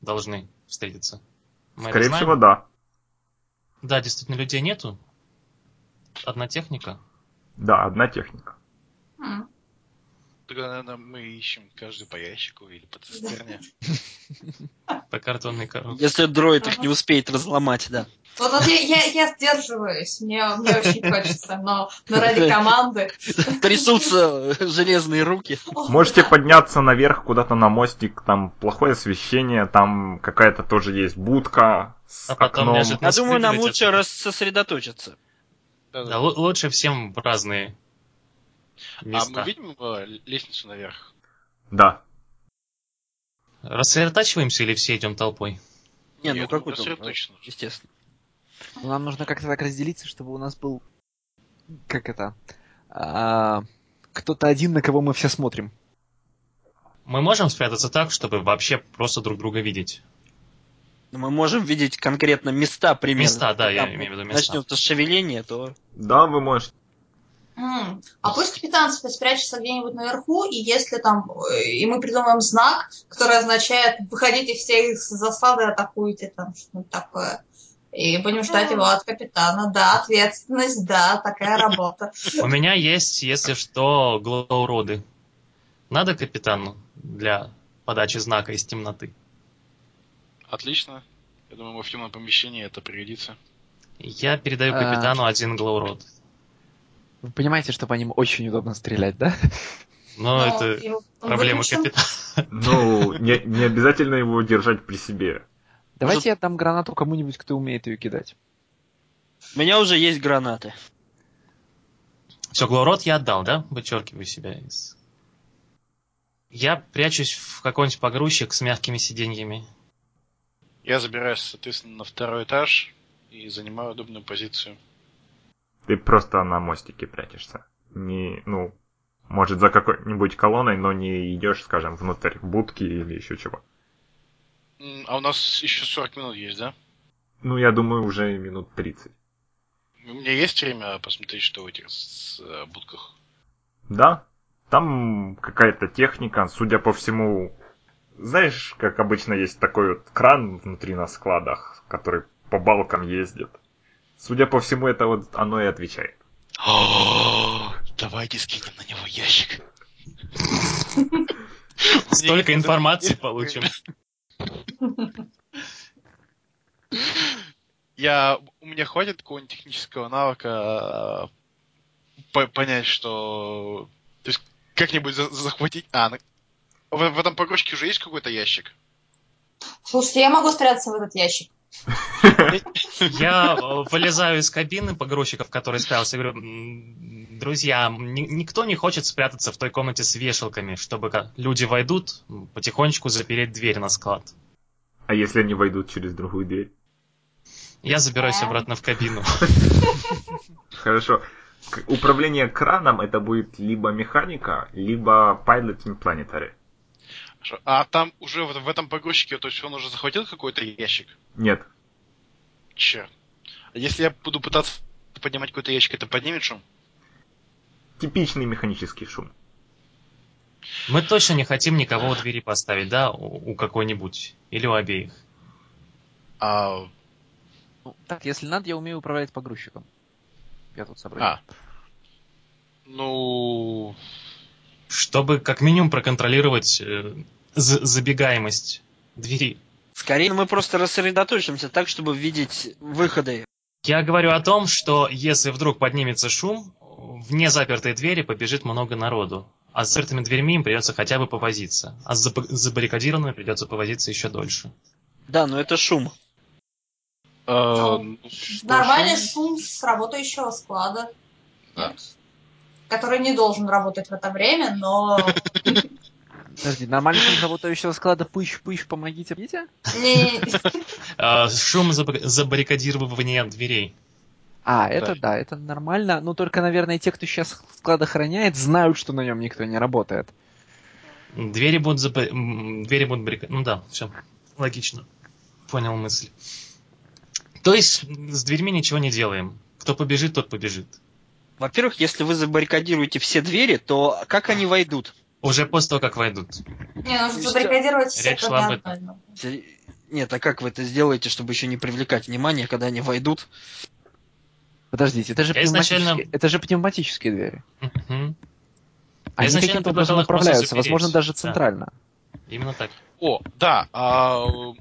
Speaker 2: Должны встретиться. Мы это
Speaker 1: Скорее
Speaker 2: знаем?
Speaker 1: всего, да.
Speaker 2: Да, действительно, людей нету. Одна техника.
Speaker 1: Да, одна техника.
Speaker 5: М.
Speaker 6: Тогда, наверное, мы ищем каждый по ящику или по цистерне.
Speaker 2: По картонной коробке.
Speaker 3: Если дроид их
Speaker 5: Ага.
Speaker 3: не успеет разломать, да.
Speaker 5: Вот, вот я, я, я сдерживаюсь, мне, мне очень хочется, но, но ради команды.
Speaker 3: Трясутся железные руки.
Speaker 1: Можете подняться наверх куда-то на мостик, там плохое освещение, там какая-то тоже есть будка с
Speaker 2: А потом
Speaker 1: окном.
Speaker 2: ляжет
Speaker 3: Я
Speaker 2: Нас
Speaker 3: думаю, нам
Speaker 2: выпилить
Speaker 3: лучше
Speaker 2: отсюда.
Speaker 3: рас- сосредоточиться.
Speaker 2: Да, лу- лучше всем в разные
Speaker 6: А
Speaker 2: места.
Speaker 6: мы видим э, лестницу наверх?
Speaker 1: Да,
Speaker 2: Рассредотачиваемся или все идем толпой?
Speaker 3: Не,
Speaker 6: Я
Speaker 3: ну
Speaker 6: думаю,
Speaker 3: какой то
Speaker 6: рассредоточен.
Speaker 3: естественно.
Speaker 4: Ну, Нам нужно как-то так разделиться, чтобы у нас был... Как это? А, Кто-то один, на кого мы все смотрим.
Speaker 2: Мы можем спрятаться так, чтобы вообще просто друг друга видеть.
Speaker 3: Но Мы можем видеть конкретно места примерно.
Speaker 2: Места, да, я
Speaker 3: Там
Speaker 2: имею в виду места.
Speaker 3: Начнется шевеление, то
Speaker 1: да, вы можете.
Speaker 5: М. А пусть капитан сп- спрячется где-нибудь наверху, и если там, э, и мы придумаем знак, который означает «выходите все из засады, атакуйте», там что-нибудь такое. И будем ждать его от капитана. Да, ответственность, да, такая работа.
Speaker 2: У меня есть, если что, глоуроды. Надо капитану для подачи знака из темноты.
Speaker 6: Отлично. Я думаю, мы в темном помещении это пригодится.
Speaker 2: Я передаю
Speaker 4: А.
Speaker 2: капитану один глоурод.
Speaker 4: Вы понимаете, что по ним очень удобно стрелять, да?
Speaker 5: Ну,
Speaker 2: Но Ну, это
Speaker 5: его- он
Speaker 2: проблема
Speaker 5: выключен.
Speaker 2: капитана.
Speaker 1: Ну, не, не обязательно его держать при себе.
Speaker 4: Давайте я дам гранату кому-нибудь, кто умеет ее кидать.
Speaker 3: У меня уже есть гранаты.
Speaker 2: Все, Глорот я отдал, да? Вычеркиваю себя из... Я прячусь в какой-нибудь погрузчик с мягкими сиденьями.
Speaker 6: Я забираюсь, соответственно, на второй этаж и занимаю удобную позицию.
Speaker 1: Ты просто на мостике прячешься. Не, ну, может, за какой-нибудь колонной, но не идешь, скажем, внутрь будки или еще чего.
Speaker 6: М, А у нас еще 40 минут есть, да?
Speaker 1: Ну, я думаю, уже минут 30.
Speaker 6: У меня есть время посмотреть, что в этих с- э, будках?
Speaker 1: Да, там какая-то техника, судя по всему... Знаешь, как обычно есть такой вот кран внутри на складах, который по балкам ездит. Судя по всему, это вот оно и отвечает.
Speaker 7: Давайте скинем на него ящик.
Speaker 2: Столько информации получим.
Speaker 6: Я... У меня хватит какого-нибудь технического навыка э, по- понять, что... То есть как-нибудь за- захватить... А, на- в, в этом погрузчике уже есть какой-то ящик?
Speaker 5: Слушайте, я могу спрятаться в этот ящик.
Speaker 2: Я э, вылезаю из кабины погрузчиков, который спрятался, и говорю, «М, друзья, ни- никто не хочет спрятаться в той комнате с вешалками, чтобы как люди войдут, м, потихонечку запереть дверь на склад.
Speaker 1: А если они войдут через другую дверь?
Speaker 2: Я забираюсь обратно в кабину.
Speaker 1: Хорошо. К- Управление краном это будет либо механика, либо Piloting Planetary.
Speaker 6: Хорошо. А там уже вот в этом погрузчике, то есть он уже захватил какой-то ящик?
Speaker 1: Нет,
Speaker 6: Черт. А если я буду пытаться поднимать какой-то ящик, это поднимет шум?
Speaker 1: типичный механический шум.
Speaker 2: Мы точно не хотим никого у двери поставить, да, у у какой-нибудь или у обеих.
Speaker 6: А,
Speaker 4: Ну, Так, если надо, я умею управлять погрузчиком. Я тут собрал.
Speaker 6: а. Ну,
Speaker 2: Чтобы как минимум проконтролировать э, за- забегаемость двери.
Speaker 3: Скорее мы просто рассредоточимся так, чтобы видеть выходы.
Speaker 2: Я говорю о том, что если вдруг поднимется шум, вне запертой двери побежит много народу. А с закрытыми дверьми им придется хотя бы повозиться. А с заб- забаррикадированными придется повозиться еще дольше.
Speaker 3: Да, но это шум.
Speaker 6: э,
Speaker 5: Ну,
Speaker 6: ну, что
Speaker 5: Нормальный шум
Speaker 6: шум?
Speaker 5: с работающего склада.
Speaker 6: Да.
Speaker 5: Нет. Который не должен работать в это время, но...
Speaker 4: Подожди, нормально шум работающего склада пыщ-пыщ, помогите, видите?
Speaker 5: не-
Speaker 2: А, шум забар- забаррикадирования дверей.
Speaker 4: А, это да. это нормально. Ну, только, наверное, те, кто сейчас склад охраняет, знают, что на нем никто не работает.
Speaker 2: Двери будут заба- м, Двери будут баррика- Ну да, все. Логично. Понял мысль. То есть с дверьми ничего не делаем. Кто побежит, тот побежит.
Speaker 3: Во-первых, если вы забаррикадируете все двери, то как они войдут?
Speaker 2: Уже после того, как войдут.
Speaker 5: Не, нужно
Speaker 3: Речь
Speaker 5: забаррикадировать все
Speaker 2: шла об этом.
Speaker 5: одновременно.
Speaker 3: Се- Нет, а как вы это сделаете, чтобы еще не привлекать внимание, когда они войдут?
Speaker 4: Подождите, это же,
Speaker 2: Я изначально-
Speaker 4: пневматические, это же пневматические двери.
Speaker 2: Мгм.
Speaker 4: Они
Speaker 2: А изначально предлагал
Speaker 4: каким-то образом
Speaker 2: их просто
Speaker 4: управляются,
Speaker 2: запереть.
Speaker 4: возможно,
Speaker 2: Да.
Speaker 4: даже центрально.
Speaker 2: Именно так.
Speaker 6: О, да. а, м-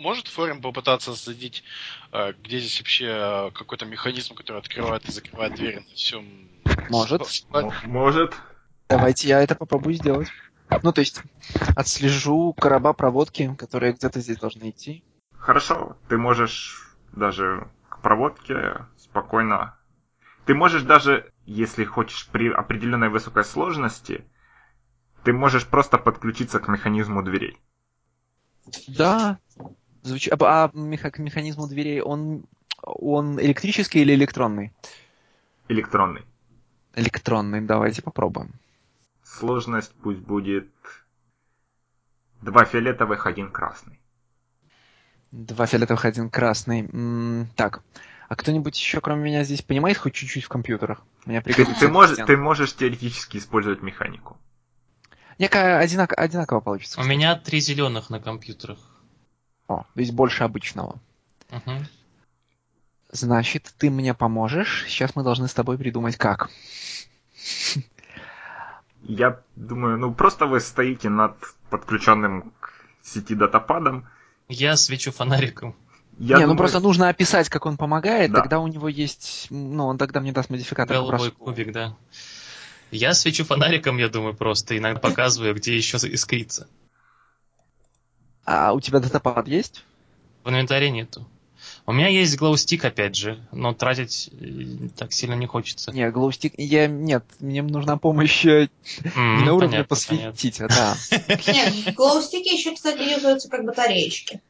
Speaker 6: может Форем попытаться следить, э, где здесь вообще э, какой-то механизм, который открывает и закрывает двери на всем...
Speaker 4: Может.
Speaker 1: М- Может.
Speaker 4: Давайте я это попробую сделать. Ну, то есть, отслежу короба проводки, которые где-то здесь должны идти.
Speaker 1: Хорошо, ты можешь даже к проводке спокойно... Ты можешь даже, если хочешь, при определенной высокой сложности, ты можешь просто подключиться к механизму дверей.
Speaker 4: Да. Звучит. А, а меха- к механизму дверей он, он электрический или электронный?
Speaker 1: Электронный.
Speaker 4: Электронный, давайте попробуем.
Speaker 1: Сложность пусть будет... Два фиолетовых, один красный.
Speaker 4: Два фиолетовых, один красный. М, так. А кто-нибудь еще, кроме меня, здесь понимает хоть чуть-чуть в компьютерах? Меня
Speaker 1: Ты,
Speaker 4: пригодится
Speaker 1: ты
Speaker 4: эта
Speaker 1: можешь,
Speaker 4: стена.
Speaker 1: ты можешь теоретически использовать механику.
Speaker 4: Некая одинак- одинаково получится.
Speaker 2: У меня три зеленых на компьютерах.
Speaker 4: О, то есть больше обычного.
Speaker 2: Мгм.
Speaker 4: Значит, ты мне поможешь. Сейчас мы должны с тобой придумать как.
Speaker 1: Я думаю, ну просто вы стоите над подключенным к сети датападом,
Speaker 2: Я свечу фонариком.
Speaker 1: Я
Speaker 4: не,
Speaker 1: думаю,
Speaker 4: ну просто нужно описать, как он помогает,
Speaker 1: Да.
Speaker 4: тогда у него есть... Ну, он тогда мне даст модификатор.
Speaker 2: Голубой
Speaker 4: по
Speaker 2: кубик, да. Я свечу фонариком, я думаю, просто иногда показываю, где еще искрится.
Speaker 4: А у тебя датапад есть?
Speaker 2: В инвентаре нету. У меня есть глоустик, опять же, но тратить э, так сильно не хочется.
Speaker 4: Не, глоустик... Я... Нет, мне нужна помощь э,
Speaker 2: М,
Speaker 4: не на уровне
Speaker 2: понятно, понятно.
Speaker 4: посвятить, а да.
Speaker 5: Нет, глоустики еще, кстати, юзаются как батареечки.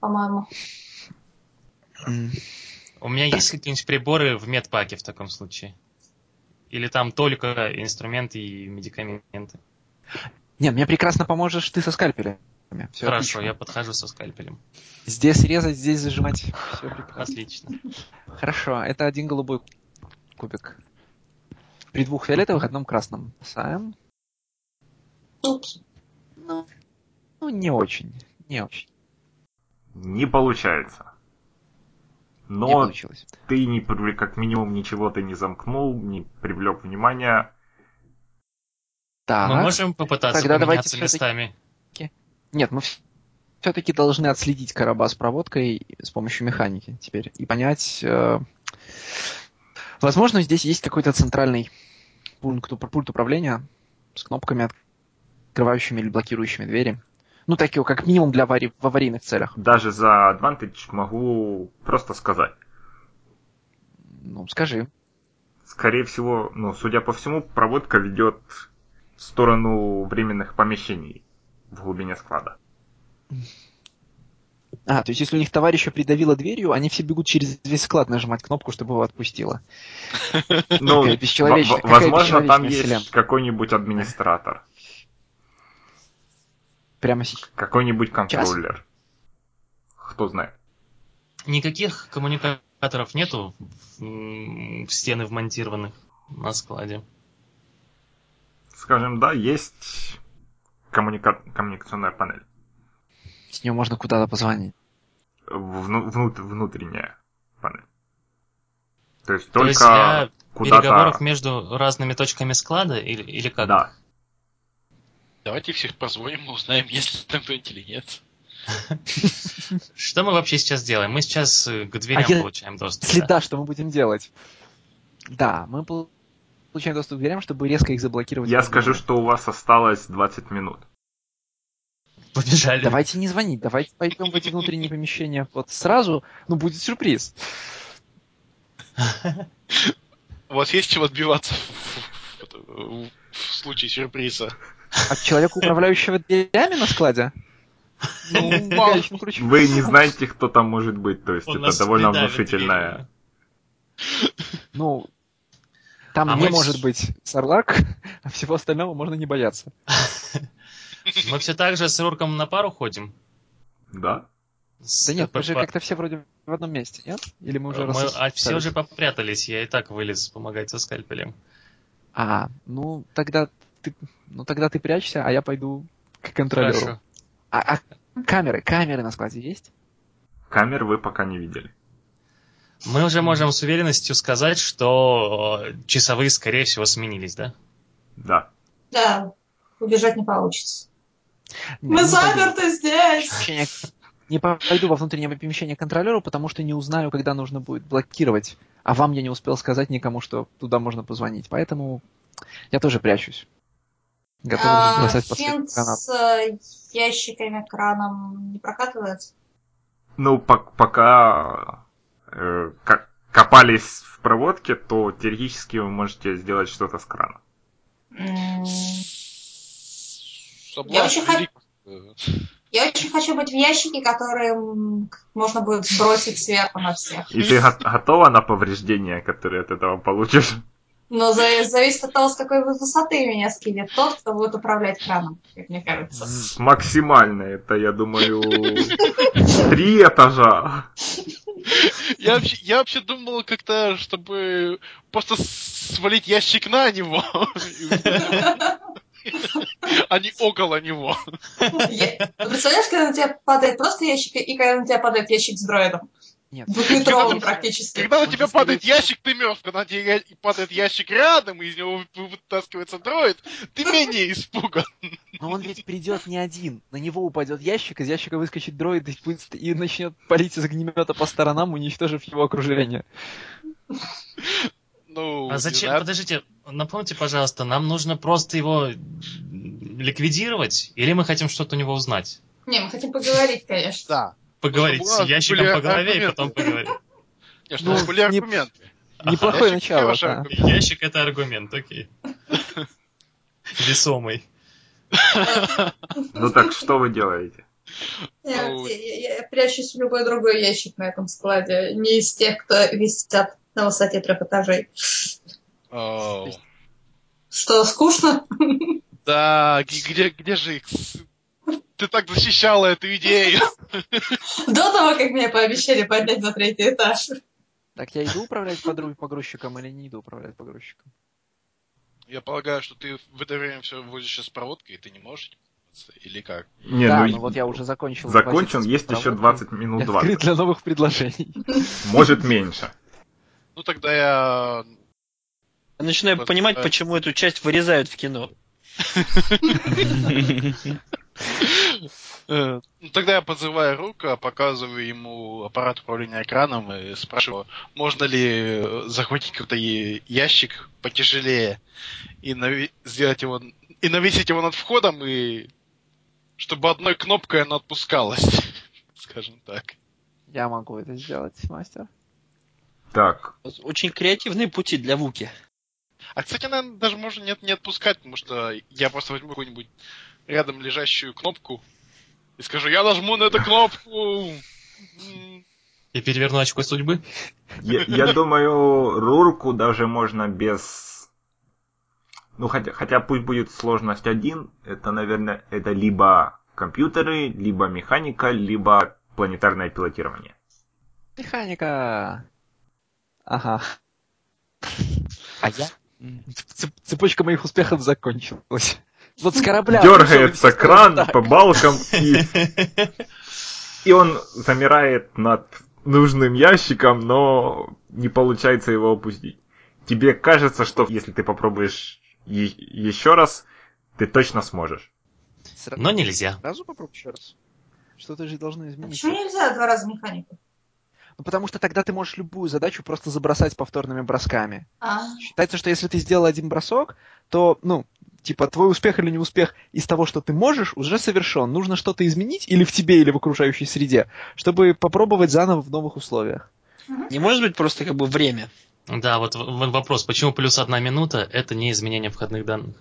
Speaker 5: По-моему.
Speaker 4: М.
Speaker 2: У меня есть какие-нибудь приборы в медпаке в таком случае? Или там только инструменты и медикаменты?
Speaker 4: Не, мне прекрасно поможешь ты со скальпелями. Всё
Speaker 2: Хорошо,
Speaker 4: отлично.
Speaker 2: я подхожу со скальпелем.
Speaker 4: Здесь резать, здесь зажимать. Все прекрасно.
Speaker 2: Отлично.
Speaker 4: Хорошо, это один голубой кубик. При двух фиолетовых, одном красном. Саем?
Speaker 5: Упс.
Speaker 4: Ну, ну, не очень. Не очень.
Speaker 1: не получается. Но
Speaker 4: Не получилось.
Speaker 1: ты не привлек, как минимум ничего ты не замкнул, не привлек внимания.
Speaker 4: Так.
Speaker 2: Ну, Мы можем попытаться
Speaker 4: Тогда давайте
Speaker 2: поменяться
Speaker 4: всё-таки-
Speaker 2: местами.
Speaker 4: Нет, мы все-таки должны отследить короба с проводкой с помощью механики теперь и понять. э, возможно, здесь есть какой-то центральный пункт, уп- пульт управления с кнопками, открывающими или блокирующими двери. Ну, такие, как минимум, для авари- в аварийных целях.
Speaker 1: Даже за Advantage могу просто сказать.
Speaker 4: Ну, скажи.
Speaker 1: Скорее всего, ну, судя по всему, проводка ведет в сторону временных помещений в глубине склада.
Speaker 4: А, то есть, если у них товарища придавило дверью, они все бегут через весь склад нажимать кнопку, чтобы его отпустило.
Speaker 1: Ну,
Speaker 4: Какая бесчеловечная-
Speaker 1: в- в- возможно, там
Speaker 4: какая бесчеловечная
Speaker 1: есть
Speaker 4: вселенная.
Speaker 1: какой-нибудь администратор,
Speaker 4: Прямо сейчас.
Speaker 1: какой-нибудь контроллер. Кто знает.
Speaker 2: Никаких коммуникаторов нету м, в стены вмонтированных на складе.
Speaker 1: Скажем, да, есть коммуника- коммуникационная панель.
Speaker 4: С нее можно куда-то позвонить.
Speaker 1: Вну- внут- внутренняя панель. То есть
Speaker 2: То
Speaker 1: только
Speaker 2: есть для переговоров
Speaker 1: куда-то...
Speaker 2: между разными точками склада или, или как?
Speaker 1: Да.
Speaker 6: Давайте всех позвоним и узнаем, есть ли там кто-нибудь или нет.
Speaker 2: Что мы вообще сейчас делаем? Мы сейчас э, к дверям
Speaker 4: А я-
Speaker 2: получаем доступ. да?
Speaker 4: Следа, что мы будем делать. Да, мы пол- получаем доступ к дверям, чтобы резко их заблокировать.
Speaker 1: Я скажу, что у вас осталось 20 минут.
Speaker 2: Побежали.
Speaker 4: Давайте не звонить, давайте пойдем в эти внутренние помещения вот сразу, ну будет сюрприз.
Speaker 6: У вас есть чего отбиваться в- в в случае сюрприза?
Speaker 4: От человека, управляющего дверями на складе? Ну, я еще накручу.
Speaker 1: Вы не знаете, кто там может быть, то есть
Speaker 2: Он
Speaker 1: это
Speaker 2: нас
Speaker 1: довольно
Speaker 2: придавит
Speaker 1: внушительная...
Speaker 2: дверью.
Speaker 4: Ну, там
Speaker 2: А
Speaker 4: не
Speaker 2: мы
Speaker 4: может
Speaker 2: вс-
Speaker 4: быть Сарлак, а всего остального можно не бояться.
Speaker 2: Мы все так же с Рурком на пару ходим?
Speaker 1: Да?
Speaker 2: С-
Speaker 4: Да нет,
Speaker 2: по-
Speaker 4: мы же
Speaker 2: по-
Speaker 4: как-то все вроде в одном месте, нет? Или мы уже
Speaker 2: мы- а
Speaker 4: рассосались?
Speaker 2: все уже попрятались, я и так вылез помогать со скальпелем.
Speaker 4: А, ну тогда ты, ну тогда ты прячься, а я пойду к контролеру.
Speaker 2: Хорошо.
Speaker 4: А, а камеры, камеры на складе есть?
Speaker 1: Камер вы пока не видели.
Speaker 2: Мы уже можем с уверенностью сказать, что э, часовые, скорее всего, сменились, да?
Speaker 1: Да.
Speaker 5: Да, убежать не получится.
Speaker 4: Не,
Speaker 5: Мы
Speaker 4: не пойду.
Speaker 5: заперты здесь!
Speaker 4: Помещение- Не пойду во внутреннее помещение к контролеру, потому что не узнаю, когда нужно будет блокировать. А вам я не успел сказать никому, что туда можно позвонить. Поэтому я тоже прячусь. Готов
Speaker 5: А,
Speaker 4: бросать под
Speaker 5: финт
Speaker 4: свет канал.
Speaker 5: с э, ящиками краном не прокатывается?
Speaker 1: Ну, пок- пока э, ко- копались в проводке, то теоретически вы можете сделать что-то с крана.
Speaker 5: М,
Speaker 6: Соблазн
Speaker 5: очень хот-
Speaker 6: велик. Э,
Speaker 5: Я очень хочу быть в ящике, который м, можно будет сбросить сверху на всех.
Speaker 1: И ты го- готова на повреждения, которые от этого получишь?
Speaker 5: Но за- зависит от того, с какой высоты меня скинет тот, кто будет управлять краном, как мне кажется.
Speaker 1: Максимально это, я думаю, три этажа.
Speaker 6: Я вообще, я вообще думал как-то, чтобы просто с- свалить ящик на него, а не около него.
Speaker 5: Я- Представляешь, когда на тебя падает просто ящик, и когда на тебя падает ящик с дроидом?
Speaker 4: Нет.
Speaker 5: Двухметровый практически.
Speaker 6: Когда на
Speaker 4: Он
Speaker 6: тебя
Speaker 4: достает-
Speaker 6: падает ящик, ты мертв. Когда на тебя я- падает ящик рядом, и из него вы- вы- вытаскивается дроид, ты менее испуган.
Speaker 4: Но он ведь придет не один. На него упадет ящик, из ящика выскочит дроид и, будет ст- и начнет палить из огнемета по сторонам, уничтожив его окружение.
Speaker 6: Ну,
Speaker 2: А
Speaker 6: не
Speaker 2: зачем?
Speaker 6: знаю.
Speaker 2: Подождите, напомните, пожалуйста, нам нужно просто его ликвидировать, или мы хотим что-то у него узнать?
Speaker 5: Не, мы хотим поговорить, конечно.
Speaker 6: Да.
Speaker 2: Поговорить
Speaker 6: Ну, чтобы у
Speaker 2: с
Speaker 6: нас
Speaker 2: ящиком
Speaker 6: были
Speaker 2: по голове и
Speaker 6: аргументы.
Speaker 2: потом поговорить.
Speaker 6: Нет,
Speaker 4: Ну,
Speaker 6: чтобы были
Speaker 4: не-
Speaker 6: аргументы.
Speaker 4: Неплохое
Speaker 6: Ящик
Speaker 4: начало.
Speaker 6: хороший
Speaker 4: да.
Speaker 6: аргумент.
Speaker 2: Ящик это аргумент, окей. Весомый.
Speaker 1: Ну так что вы делаете?
Speaker 5: Я,
Speaker 6: Ну,
Speaker 5: я- я прячусь в любой другой ящик на этом складе. Не из тех, кто висят на высоте трех этажей.
Speaker 6: Оу.
Speaker 5: Что, скучно?
Speaker 6: Да, г- где, где же их? с- Ты так защищала эту идею.
Speaker 5: До того, как мне пообещали поднять на третий этаж.
Speaker 4: Так, я иду управлять подру- погрузчиком или не иду управлять погрузчиком?
Speaker 6: Я полагаю, что ты в это время все возишься с проводкой, и ты не можешь или как?
Speaker 1: Не,
Speaker 4: да,
Speaker 1: ну,
Speaker 4: ну вот я уже закончил.
Speaker 1: закончен,
Speaker 4: возиться с
Speaker 1: есть еще
Speaker 4: проводкой.
Speaker 1: 20 минут
Speaker 4: Я открыт
Speaker 1: 20.
Speaker 4: для новых предложений.
Speaker 1: Может меньше.
Speaker 6: Ну тогда я...
Speaker 3: Я начинаю
Speaker 6: Вот,
Speaker 3: понимать,
Speaker 6: да.
Speaker 3: почему эту часть вырезают в кино.
Speaker 6: э, Ну тогда я подзываю Рука, показываю ему аппарат управления экраном и спрашиваю, можно ли э, захватить какой-то е- ящик потяжелее и нави- сделать его... и навесить его над входом, и чтобы одной кнопкой она отпускалась. Скажем так.
Speaker 4: Я могу это сделать, мастер.
Speaker 1: Так,
Speaker 3: Очень креативные пути для Вуки.
Speaker 6: А, кстати, наверное, даже можно нет, не отпускать, потому что я просто возьму какую-нибудь рядом лежащую кнопку и скажу, я нажму на эту кнопку. М,
Speaker 2: И переверну очко судьбы.
Speaker 1: я, я думаю, Рурку даже можно без... Ну, хотя, хотя пусть будет сложность один, это, наверное, это либо компьютеры, либо механика, либо планетарное пилотирование.
Speaker 4: Механика. Ага.
Speaker 7: А я? М.
Speaker 4: Цеп- цепочка моих успехов закончилась. Вот с корабля.
Speaker 1: Дергается
Speaker 4: пришел,
Speaker 1: кран
Speaker 4: ну так.
Speaker 1: по балкам, и, и он замирает над нужным ящиком, но не получается его опустить. Тебе кажется, что если ты попробуешь е- еще раз, ты точно сможешь.
Speaker 4: Сра-
Speaker 2: Но нельзя.
Speaker 4: Сразу попробуй еще раз. Что-то же должно измениться.
Speaker 5: Почему нельзя два раза механику?
Speaker 4: Ну, потому что тогда ты можешь любую задачу просто забросать повторными бросками.
Speaker 5: А,
Speaker 4: Считается, что если ты сделал один бросок, то, ну, типа, твой успех или неуспех из того, что ты можешь, уже совершен. Нужно что-то изменить или в тебе, или в окружающей среде, чтобы попробовать заново в новых условиях.
Speaker 3: Не может быть просто как бы время.
Speaker 2: Да, вот в- в- вопрос, почему плюс одна минута это не изменение входных данных?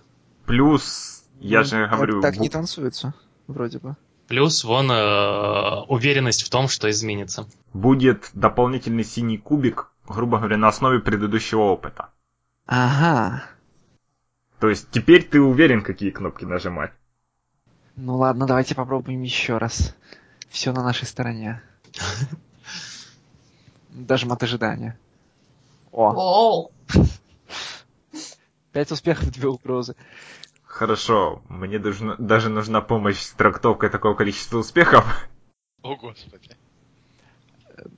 Speaker 1: Плюс, я
Speaker 4: Ну,
Speaker 1: же
Speaker 4: так-
Speaker 1: говорю,
Speaker 4: Так,
Speaker 1: Ву-
Speaker 4: не танцуется, вроде бы.
Speaker 2: Плюс вон э, уверенность в том, что изменится.
Speaker 1: будет дополнительный синий кубик, грубо говоря, на основе предыдущего опыта.
Speaker 4: Ага.
Speaker 1: То есть теперь ты уверен, какие кнопки нажимать.
Speaker 4: Ну ладно, давайте попробуем еще раз. Все на нашей стороне. Даже мат ожидания. О,
Speaker 5: оу.
Speaker 4: пять успехов, две угрозы.
Speaker 1: Хорошо, мне даже, даже нужна помощь с трактовкой такого количества успехов.
Speaker 6: О, господи.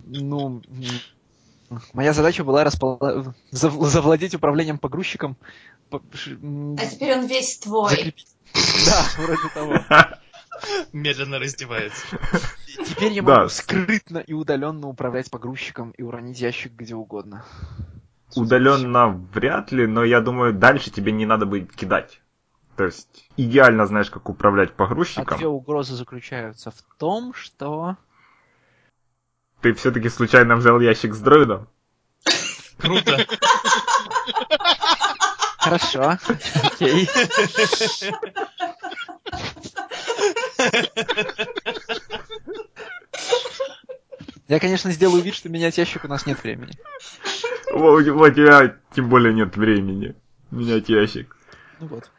Speaker 4: Ну, м, моя задача была распол- зав- завладеть управлением погрузчиком. по- ш- м,
Speaker 5: А теперь он весь твой.
Speaker 4: закрепить- Да, вроде того.
Speaker 2: Медленно раздевается.
Speaker 4: Теперь я
Speaker 1: Да.
Speaker 4: могу скрытно и удаленно управлять погрузчиком и уронить ящик где угодно.
Speaker 1: Удаленно вряд ли, но я думаю, дальше тебе не надо будет кидать. То есть идеально знаешь, как управлять
Speaker 4: А
Speaker 7: Типа.
Speaker 1: погрузчиком.
Speaker 4: две угрозы заключаются в том, что...
Speaker 1: Ты все-таки случайно взял ящик с дроидом?
Speaker 2: Круто.
Speaker 4: Хорошо, окей. Я, конечно, сделаю вид, что менять ящик у нас нет времени.
Speaker 1: Во- У тебя тем более нет времени менять ящик.
Speaker 4: Ну вот.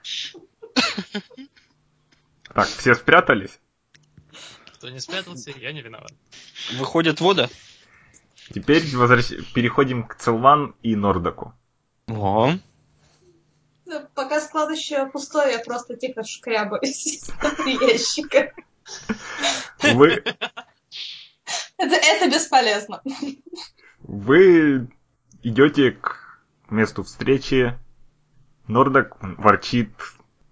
Speaker 1: Так, все спрятались?
Speaker 2: Кто не спрятался, я не виноват.
Speaker 3: Выходит вода.
Speaker 1: Теперь возвращ- переходим к Целван и Нордаку.
Speaker 7: О,
Speaker 5: Ну, Пока склад еще пустой, я просто тихо шкрябаюсь из ящика.
Speaker 1: Вы,
Speaker 5: Это, это бесполезно.
Speaker 1: Вы идете к месту встречи. Нордок ворчит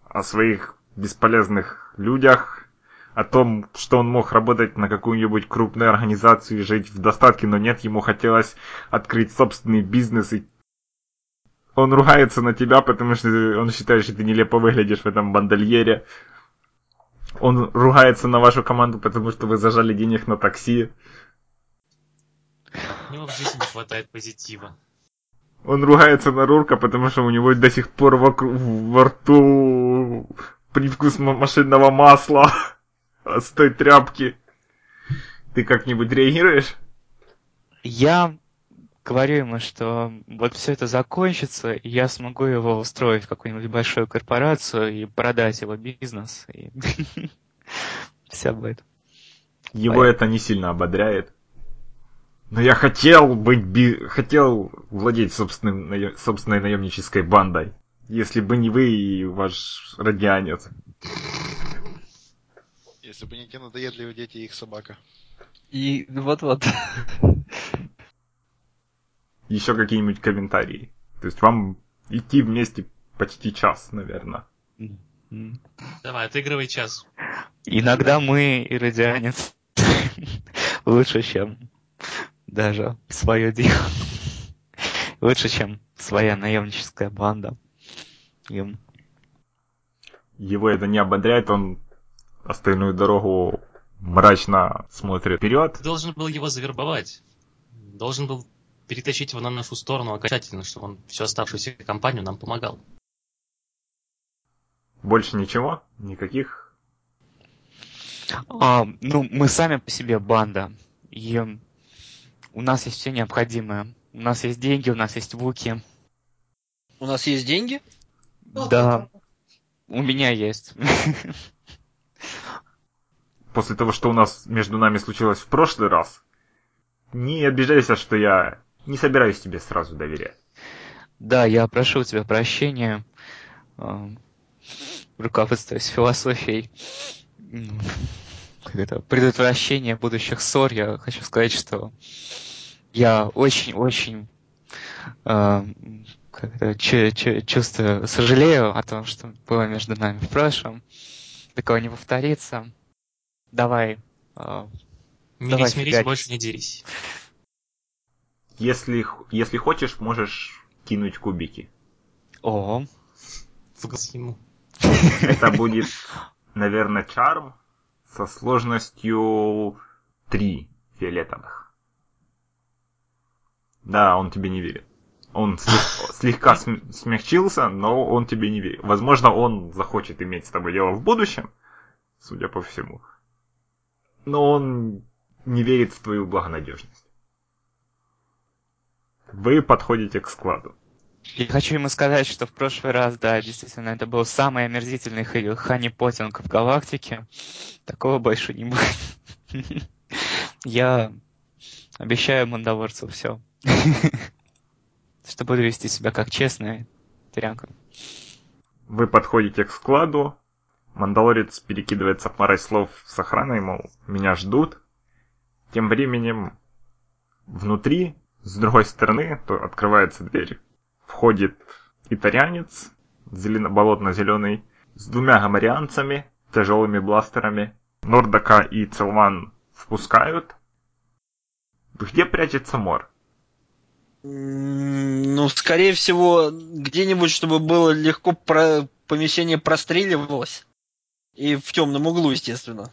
Speaker 1: о своих бесполезных людях, о том, что он мог работать на какую-нибудь крупную организацию и жить в достатке, но нет, ему хотелось открыть собственный бизнес. И он ругается на тебя, потому что он считает, что ты нелепо выглядишь в этом бандольере. Он ругается на вашу команду, потому что вы зажали денег на такси.
Speaker 2: У него в жизни не хватает позитива.
Speaker 1: Он ругается на Рурка, потому что у него до сих пор вокруг, во рту привкус м- машинного масла от той тряпки. Ты как-нибудь реагируешь?
Speaker 7: Я говорю ему, что вот все это закончится, и я смогу его устроить в какую-нибудь большую корпорацию и продать его бизнес. И... Вся будет.
Speaker 1: Его
Speaker 7: Понятно.
Speaker 1: это не сильно ободряет. Но я хотел быть би... хотел владеть собственным наё- собственной наемнической бандой. Если бы не вы и ваш радианец.
Speaker 6: Если бы не те надоедливые дети и их собака.
Speaker 4: И вот-вот.
Speaker 1: Еще какие-нибудь комментарии. То есть вам идти вместе почти час, наверное.
Speaker 7: М.
Speaker 2: Давай, отыгрывай час.
Speaker 7: Иногда мы, иродианец, лучше, чем даже свое дело. Лучше, чем своя наемническая банда. Им.
Speaker 1: его это не ободряет, он остальную дорогу мрачно смотрит вперед.
Speaker 2: Ты должен был его завербовать. Должен был перетащить его на нашу сторону окончательно, чтобы он всю оставшуюся компанию нам помогал.
Speaker 1: Больше ничего, никаких.
Speaker 7: А, ну, мы сами по себе банда. И у нас есть все необходимое. У нас есть деньги, у нас есть вуки.
Speaker 3: У нас есть деньги?
Speaker 5: Ну,
Speaker 7: Да, у меня есть.
Speaker 1: После того, что у нас между нами случилось в прошлый раз, не обижайся, что я не собираюсь тебе сразу доверять.
Speaker 7: Да, я прошу у тебя прощения. а, Руководствуюсь философией. ну, Как это? Предотвращение будущих ссор. Я хочу сказать, что я очень-очень а, как это, чу- чу- чувствую, сожалею о том, что было между нами в прошлом. Такого не повторится. Давай. а, Давай,
Speaker 2: Мирись, мирись,
Speaker 7: фигачь.
Speaker 2: больше не дерись.
Speaker 1: Если, х- если хочешь, можешь кинуть кубики.
Speaker 7: О,
Speaker 2: В глаз ему.
Speaker 1: Это будет, наверное, чарм со сложностью 3 фиолетовых. Да, он тебе не верит. Он слег- слегка см- смягчился, но он тебе не верит. Возможно, он захочет иметь с тобой дело в будущем, судя по всему. Но он не верит в твою благонадежность. Вы подходите к складу.
Speaker 7: Я хочу ему сказать, что в прошлый раз, да, действительно, это был самый омерзительный хэ- ханипотинг в галактике. Такого больше не будет. Я обещаю мандалорцу все. Что буду вести себя как честная трянка.
Speaker 1: Вы подходите к складу, Мандалорец перекидывается парой слов с охраной, мол, меня ждут. Тем временем внутри, с другой стороны, то открывается дверь. Входит итарянец, зелено- болотно-зеленый, с двумя гамарианцами, тяжелыми бластерами. Нордака и Целван впускают. Где прячется мор?
Speaker 3: М, Ну, скорее всего, где-нибудь, чтобы было легко про- помещение простреливалось. И в темном углу, естественно.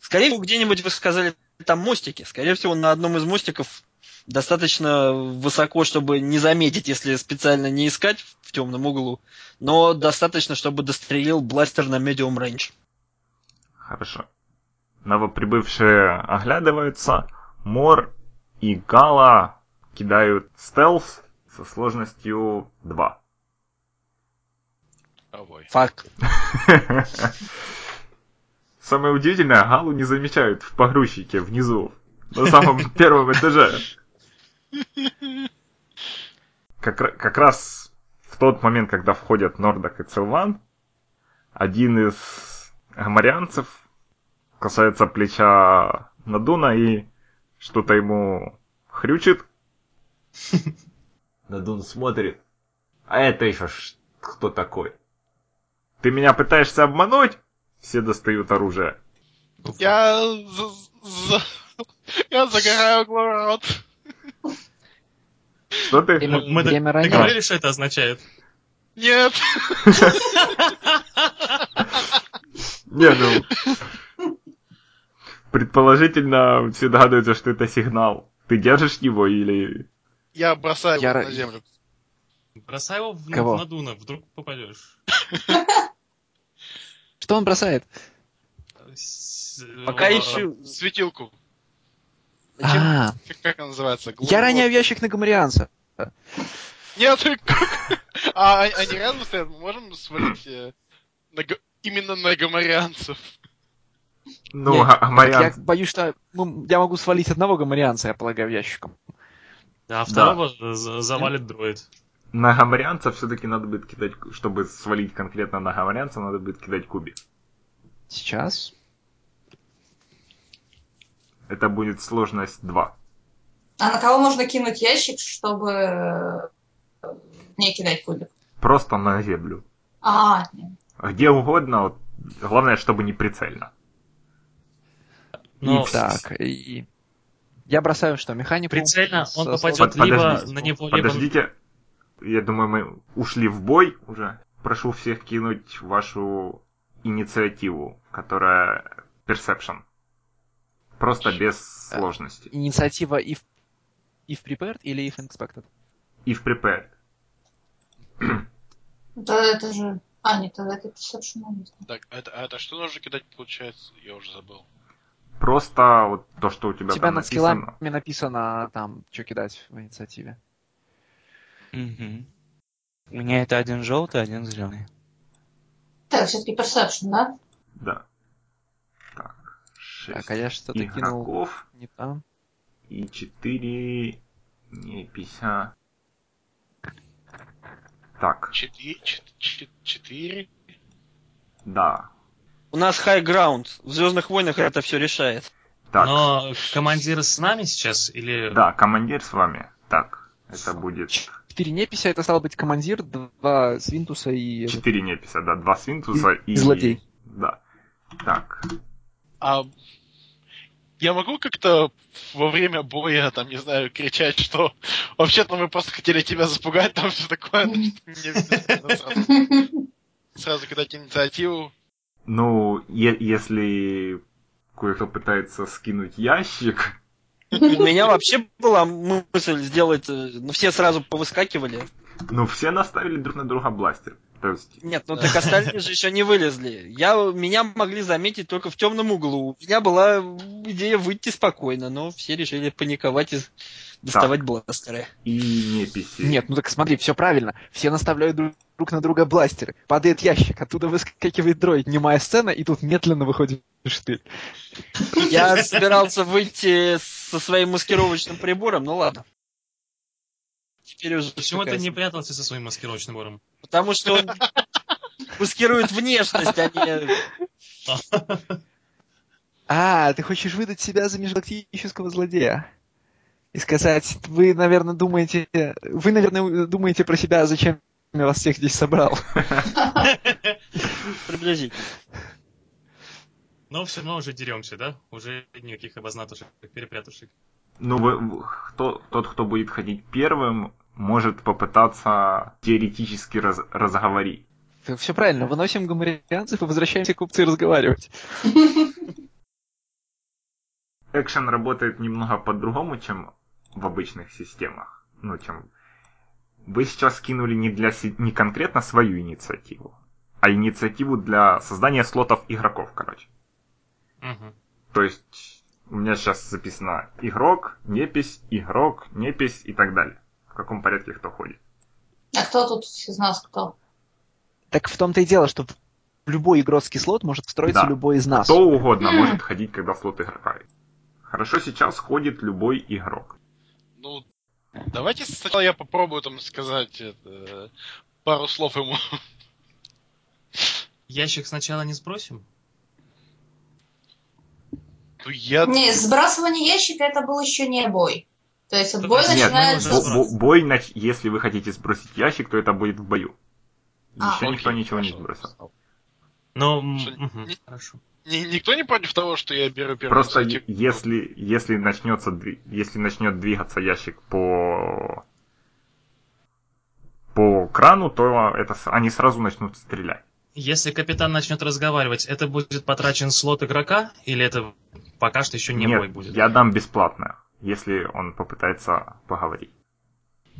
Speaker 3: Скорее всего, где-нибудь вы сказали, там мостики. Скорее всего, на одном из мостиков достаточно высоко, чтобы не заметить, если специально не искать в темном углу. Но достаточно, чтобы дострелил бластер на медиум рейндж.
Speaker 1: Хорошо. Новоприбывшие оглядываются. Мор и Гала кидают стелс со сложностью 2.
Speaker 6: Овой.
Speaker 3: Фак.
Speaker 1: Самое удивительное, Галу не замечают в погрузчике внизу, на самом первом этаже. Как, ра- как раз в тот момент, когда входят Нордок и Целван, один из гамарианцев касается плеча Надуна и Что-то ему хрючит. Надун смотрит. А это еще ш- кто такой? Ты меня пытаешься обмануть? Все достают оружие.
Speaker 6: Я... за- за- Я загораю углом рот.
Speaker 1: Что ты?
Speaker 4: Мы-
Speaker 2: Мы
Speaker 4: Время
Speaker 2: д-
Speaker 4: ранее.
Speaker 2: договорились, что это означает?
Speaker 6: Нет!
Speaker 1: Не, ну... Предположительно, все догадываются, что это сигнал. Ты держишь его или...
Speaker 6: Я бросаю
Speaker 4: Я
Speaker 6: его
Speaker 4: ра-
Speaker 6: на землю.
Speaker 2: Бросай его в
Speaker 4: Кого?
Speaker 2: Надуна, вдруг попадешь.
Speaker 4: Что он бросает?
Speaker 2: С-
Speaker 4: Ну,
Speaker 3: Пока
Speaker 2: э,
Speaker 3: ищу.
Speaker 6: Светилку. Зачем?
Speaker 4: А,
Speaker 6: Как- Как она называется?
Speaker 4: я
Speaker 6: Глубоко.
Speaker 4: роняю в ящик на гоморианца.
Speaker 6: Нет, как? А а- они рядом стоят? Мы можем свалить э, на го- именно на гоморианцев?
Speaker 1: Ну,
Speaker 4: Не,
Speaker 1: га-
Speaker 4: Я
Speaker 1: гоморианцы.
Speaker 4: боюсь, что ну, я могу свалить одного гоморианца, я полагаю, ящиком.
Speaker 2: А второго за- завалит дроид.
Speaker 1: На гоморианца все-таки надо будет кидать... ку- Чтобы свалить конкретно на гоморианца, надо будет кидать куби.
Speaker 4: Сейчас.
Speaker 1: Это будет сложность 2.
Speaker 5: А на кого можно кинуть ящик, чтобы э, не кидать кубик?
Speaker 1: Просто на землю.
Speaker 5: А, нет.
Speaker 1: Где угодно, вот, главное, чтобы не прицельно.
Speaker 2: Но
Speaker 1: И-
Speaker 4: Так, и... Я бросаю что, механику?
Speaker 2: прицельно
Speaker 4: Со-
Speaker 2: он
Speaker 4: со-
Speaker 2: попадет
Speaker 1: Под-
Speaker 2: либо
Speaker 1: подождите.
Speaker 2: на него,
Speaker 4: Ну,
Speaker 2: либо...
Speaker 1: Подождите, я думаю, мы ушли в бой уже. Прошу всех кинуть вашу инициативу, которая Perception. Просто без
Speaker 4: Э.
Speaker 1: сложности.
Speaker 4: Инициатива if, if prepared или if expected?
Speaker 1: И в Prepared.
Speaker 5: Тогда это же... А, нет, тогда это персепшн. ну,
Speaker 6: Так, это, а это что нужно кидать, получается? Я уже забыл.
Speaker 1: Просто вот то, что у тебя,
Speaker 4: У тебя
Speaker 1: там
Speaker 4: над
Speaker 1: написано.
Speaker 4: скиллами написано там, что кидать в инициативе.
Speaker 7: Мгм. У меня это один желтый, один зеленый.
Speaker 5: Так, все-таки персепшн, да?
Speaker 1: Да. Так. Шесть
Speaker 4: Так, а я что-то кинул
Speaker 1: игроков.
Speaker 4: не там.
Speaker 1: И 4... Не, 50... Так,
Speaker 6: Четыре, чет- чет- четыре.
Speaker 1: да.
Speaker 3: У нас high ground. В Звездных войнах это все решает.
Speaker 1: Так,
Speaker 4: Ну,
Speaker 2: Но командир с нами сейчас или...
Speaker 1: да, командир с вами. Так, это будет
Speaker 4: Четыре непися, это стало быть командир, два свинтуса и... этот,
Speaker 1: 4 непися, да, 2 свинтуса и...
Speaker 4: и злодей.
Speaker 1: Да. Так,
Speaker 6: А я могу как-то во время боя, там, не знаю, кричать, что вообще-то мы просто хотели тебя запугать, там все такое. Значит, мне надо сразу, сразу кидать инициативу.
Speaker 1: ну, е- если кое-кто пытается скинуть ящик,
Speaker 3: У меня вообще была мысль сделать... э, Ну, все сразу повыскакивали.
Speaker 1: ну, все наставили друг на друга бластер. То есть,
Speaker 3: Нет, ну так остальные же еще не вылезли. Я, меня могли заметить только в темном углу. У меня была идея выйти спокойно, но все решили паниковать и доставать бластеры.
Speaker 1: и неписи.
Speaker 4: Нет, ну так смотри, все правильно. Все наставляют друг, друг на друга бластеры. Падает ящик, оттуда выскакивает дроид. Немая сцена, и тут медленно выходишь ты.
Speaker 3: Я собирался выйти со своим маскировочным прибором, ну ладно. Теперь уже
Speaker 2: Почему
Speaker 3: такая
Speaker 2: ты не прятался со своим маскировочным бором?
Speaker 3: Потому что он маскирует внешность, а не...
Speaker 4: А, ты хочешь выдать себя за межгалактического злодея? И сказать, вы, наверное, думаете... Вы, наверное, думаете про себя, зачем я вас всех здесь собрал.
Speaker 3: Приблизительно.
Speaker 2: Но все равно уже деремся, да? Уже никаких обознатушек, перепрятушек.
Speaker 1: Ну, вы- вы- кто, тот, кто будет ходить первым, может попытаться теоретически раз- разговорить.
Speaker 4: Все правильно, выносим гоморианцев и возвращаемся к купцы разговаривать.
Speaker 1: Экшен работает немного по-другому, чем в обычных системах. Ну, чем... Вы сейчас кинули не, для, си- не конкретно свою инициативу, а инициативу для создания слотов игроков, короче.
Speaker 2: Мгм.
Speaker 1: То есть у меня сейчас записано игрок, непись, игрок, непись и так далее. В каком порядке кто ходит.
Speaker 5: А кто тут из нас кто?
Speaker 4: Так в том-то и дело, что в любой игротский слот может встроиться
Speaker 1: Да.
Speaker 4: любой из нас.
Speaker 1: Кто угодно
Speaker 5: М.
Speaker 1: может ходить, когда слот игрока. Хорошо, сейчас ходит любой игрок.
Speaker 6: Ну, давайте сначала я попробую там сказать это, пару слов ему.
Speaker 2: Ящик сначала не сбросим?
Speaker 6: Ну, я...
Speaker 5: Не, сбрасывание ящика это был еще не бой. То есть вот бой
Speaker 2: Нет,
Speaker 5: начинает...
Speaker 2: мы
Speaker 1: ну, Бо-
Speaker 2: уже-
Speaker 5: с-
Speaker 1: бо- Бой, нач- если вы хотите сбросить ящик, то это будет в бою.
Speaker 5: А.
Speaker 1: Еще никто
Speaker 6: Окей,
Speaker 1: ничего не
Speaker 6: хорошо.
Speaker 1: сбросил.
Speaker 2: Ну, м,
Speaker 6: Что,
Speaker 2: мгм,
Speaker 6: не-
Speaker 2: хорошо.
Speaker 6: Ни- никто не против того, что я беру первый
Speaker 1: Просто е-
Speaker 6: инициативу?
Speaker 1: если, если начнется, дви- если начнет двигаться ящик по по крану, то это с- они сразу начнут стрелять.
Speaker 2: Если капитан начнет разговаривать, это будет потрачен слот игрока, или это пока что еще не
Speaker 1: Нет,
Speaker 2: бой будет?
Speaker 1: я дам бесплатно, если он попытается поговорить.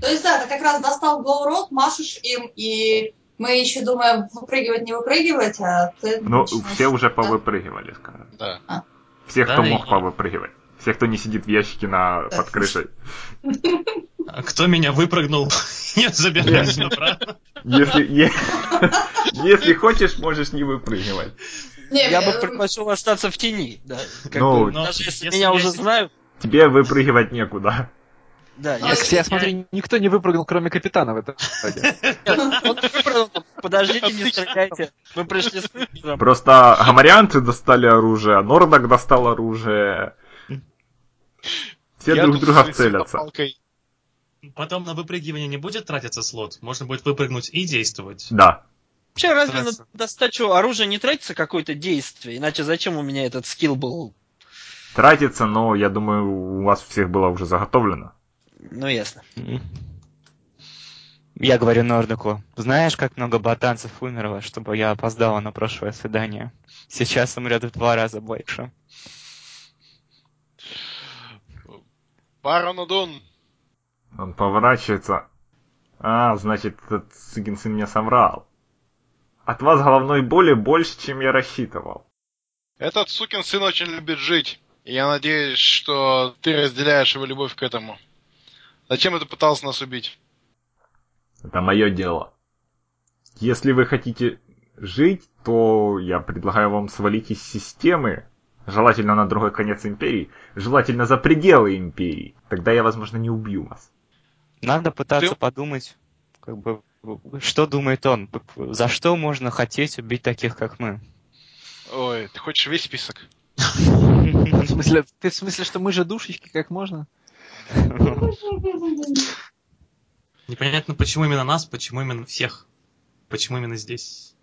Speaker 5: То есть, да, ты как раз достал Гоурот, машешь им, и мы еще думаем, выпрыгивать, не выпрыгивать, а ты...
Speaker 1: Но
Speaker 5: начинаешь-
Speaker 1: Ну, все уже повыпрыгивали, скажем.
Speaker 6: Да.
Speaker 1: Все,
Speaker 2: Да,
Speaker 1: кто
Speaker 2: и-
Speaker 1: мог повыпрыгивать. Все, кто не сидит в ящике на, под крышей.
Speaker 2: А Кто меня выпрыгнул? Я забираюсь обратно.
Speaker 1: Если, е- если хочешь, можешь не выпрыгивать.
Speaker 5: Не,
Speaker 3: Я
Speaker 5: э,
Speaker 3: бы предпочел остаться в тени. Да, как
Speaker 1: Ну,
Speaker 3: бы,
Speaker 2: Но
Speaker 3: даже если,
Speaker 2: если
Speaker 3: меня уже
Speaker 2: есть-
Speaker 3: знают,
Speaker 1: Тебе выпрыгивать некуда.
Speaker 3: да,
Speaker 5: Ну,
Speaker 3: я-
Speaker 4: Кстати, я смотрю, никто не выпрыгнул, кроме капитана в этом итоге.
Speaker 3: он выбрал, там, подождите, не стреляйте, мы пришли с миром.
Speaker 1: Просто гамарианцы достали оружие, Нордок достал оружие. Все
Speaker 6: Я
Speaker 1: друг
Speaker 6: тут
Speaker 1: друга
Speaker 6: с- с
Speaker 1: целятся.
Speaker 6: палкой.
Speaker 2: Потом на выпрыгивание не будет тратиться слот? Можно будет выпрыгнуть и действовать.
Speaker 1: Да.
Speaker 3: Вообще, разве на
Speaker 2: Тратится.
Speaker 3: достачу оружия не тратится какое-то действие? Иначе зачем у меня этот скилл был?
Speaker 1: Тратится, но я думаю, у вас всех было уже заготовлено.
Speaker 3: Ну, ясно.
Speaker 7: М. Я говорю Нордеку, знаешь, как много ботанцев умерло, чтобы я опоздала на прошлое свидание? Сейчас умрет в два раза больше.
Speaker 6: Баронодон.
Speaker 1: Он поворачивается. А, значит, этот Сыгинс и мне соврал. От вас головной боли больше, чем я рассчитывал.
Speaker 6: Этот сукин сын очень любит жить. И я надеюсь, что ты разделяешь его любовь к этому. Зачем это пытался нас убить?
Speaker 1: Это мое дело. Если вы хотите жить, то я предлагаю вам свалить из системы, желательно на другой конец империи, желательно за пределы империи. Тогда я, возможно, не убью вас.
Speaker 7: Надо пытаться
Speaker 6: Ты-
Speaker 7: подумать, как бы, что думает он, за что можно хотеть убить таких, как мы.
Speaker 6: Ой, ты хочешь весь список?
Speaker 4: В смысле, ты в смысле, что мы же душечки, как можно?
Speaker 2: Непонятно, почему именно нас, почему именно всех. Почему именно здесь.